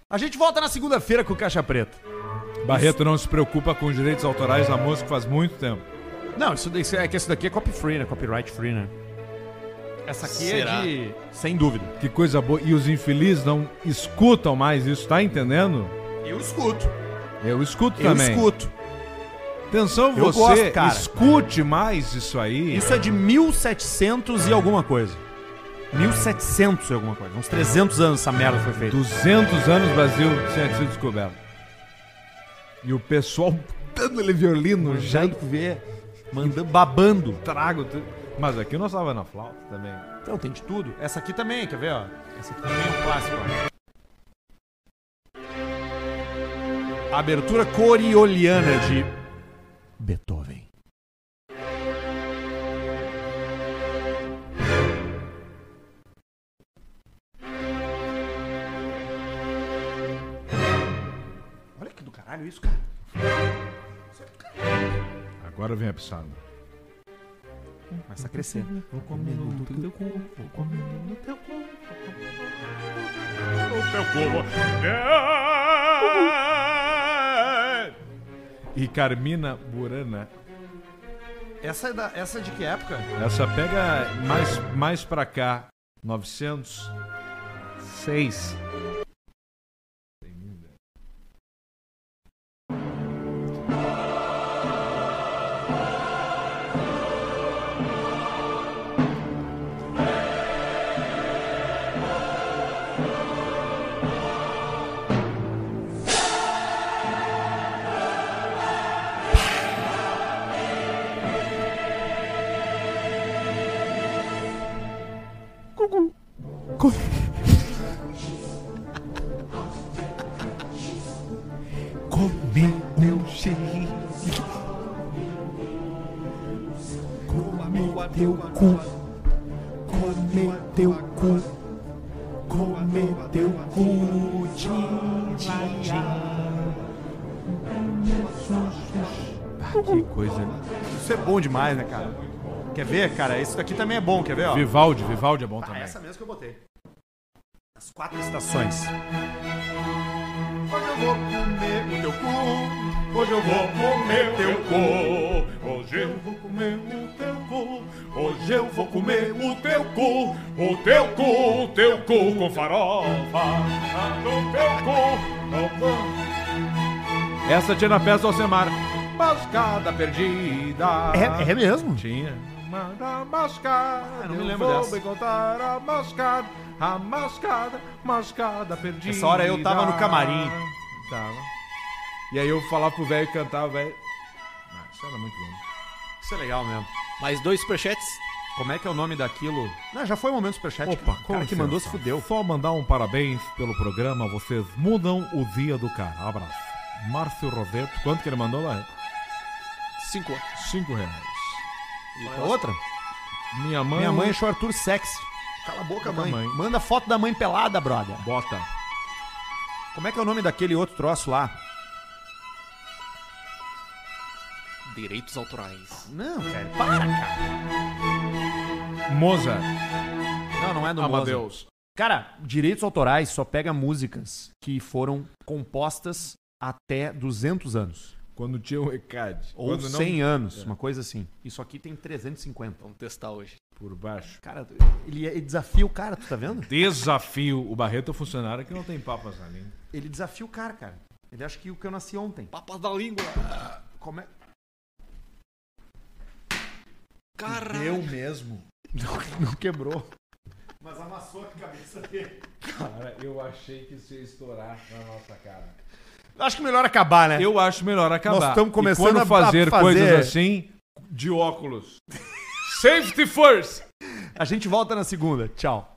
Speaker 1: A gente volta na segunda-feira com o Caixa Preta.
Speaker 2: Barreto não se preocupa com direitos autorais da música faz muito tempo.
Speaker 1: Não, isso, isso é que isso daqui é copy free, né? Copyright free, né? Essa aqui
Speaker 3: Será?
Speaker 1: é de. Sem dúvida.
Speaker 2: Que coisa boa. E os infelizes não escutam mais isso, tá entendendo?
Speaker 1: Eu escuto.
Speaker 2: Eu escuto
Speaker 1: Eu
Speaker 2: também.
Speaker 1: escuto.
Speaker 2: Atenção,
Speaker 1: Eu
Speaker 2: você
Speaker 1: gosto, cara.
Speaker 2: escute mais isso aí.
Speaker 1: Isso é de 1700 e alguma coisa. 1700 e alguma coisa. Uns 300 anos essa merda foi feita.
Speaker 2: 200 anos o Brasil tinha sido descoberto. E o pessoal dando-lhe violino, já
Speaker 1: ver, mandando, babando.
Speaker 2: trago. tudo. Mas aqui nós tava na flauta também.
Speaker 1: Então tem de tudo. Essa aqui também, quer ver, ó? Essa aqui também é um clássico, ó. Abertura corioliana de Beethoven. Olha que do caralho isso, cara.
Speaker 2: Agora vem a pisada.
Speaker 1: Começa a crescer.
Speaker 2: E Carmina Burana.
Speaker 1: Essa é, da, essa é de que época?
Speaker 2: Essa pega mais, mais pra cá. 906. comer. Comer meu um xerife. Comer teu cu. Comer teu cu. Comer teu cu. Tchim, tchim, tchim. Que coisa.
Speaker 1: Isso é bom demais, né, cara? Quer ver, cara? Isso daqui também é bom, quer ver, ó?
Speaker 2: Vivaldi, Vivaldi é bom também.
Speaker 1: Essa mesmo que eu botei. As quatro estações. Hoje eu vou comer o teu cu. Hoje eu vou comer o teu cu. Hoje eu vou comer o teu cu. Hoje eu vou comer o teu cu.
Speaker 2: O teu cu, o teu cu com farofa. Ah, No teu cu. Essa tinha na peça do Alcemar. Mascada perdida.
Speaker 1: É, é mesmo?
Speaker 2: Tinha. Manda mascada.
Speaker 1: Ah, não me
Speaker 2: eu
Speaker 1: lembro
Speaker 2: vou
Speaker 1: dessa.
Speaker 2: encontrar a mascada. A mascada, mascada perdida.
Speaker 1: Essa hora eu tava no camarim.
Speaker 2: Tava. E aí eu falava pro velho cantar, o velho. Ah, isso era muito bom.
Speaker 1: Isso é legal mesmo.
Speaker 3: Mais dois superchats.
Speaker 1: Como é que é o nome daquilo? Não, já foi o momento superchat.
Speaker 2: Opa,
Speaker 1: o cara é que mandou se fudeu.
Speaker 2: Só mandar um parabéns pelo programa. Vocês mudam o dia do cara. Um Abraço. Márcio Roseto. Quanto que ele mandou lá?
Speaker 3: Cinco.
Speaker 2: Cinco reais.
Speaker 1: Outra?
Speaker 2: Minha mãe.
Speaker 1: Minha mãe é achou Arthur sexy. Cala a boca, mãe.
Speaker 2: mãe.
Speaker 1: Manda foto da mãe pelada, brother.
Speaker 2: Bota.
Speaker 1: Como é que é o nome daquele outro troço lá?
Speaker 3: Direitos autorais.
Speaker 1: Não, velho, para, cara.
Speaker 2: Moza.
Speaker 1: Não, não é do Mozart.
Speaker 2: Amadeus.
Speaker 1: Cara, direitos autorais só pega músicas que foram compostas até 200 anos.
Speaker 2: Quando tinha o ECAD.
Speaker 1: Ou
Speaker 2: Quando não-
Speaker 1: 100 anos, uma coisa assim. Isso aqui tem 350.
Speaker 3: Vamos testar hoje.
Speaker 2: Por baixo.
Speaker 1: Cara, ele, ele desafia o cara, tu tá vendo?
Speaker 2: Desafio. O Barreto é um funcionário que não tem papas na língua.
Speaker 1: Ele desafia o cara, cara. Ele acha que o que eu nasci ontem.
Speaker 3: Papas da língua.
Speaker 1: Como é?
Speaker 3: Caralho.
Speaker 2: mesmo.
Speaker 1: Não, não quebrou. Mas amassou a cabeça dele.
Speaker 2: Cara, eu achei que isso ia estourar na nossa cara.
Speaker 1: Acho que melhor acabar, né?
Speaker 2: É. Eu acho melhor acabar.
Speaker 1: Nós estamos
Speaker 2: E
Speaker 1: começando
Speaker 2: quando
Speaker 1: a- a
Speaker 2: fazer,
Speaker 1: fazer-
Speaker 2: coisas assim, de óculos. Safety first!
Speaker 1: A gente volta na segunda. Tchau.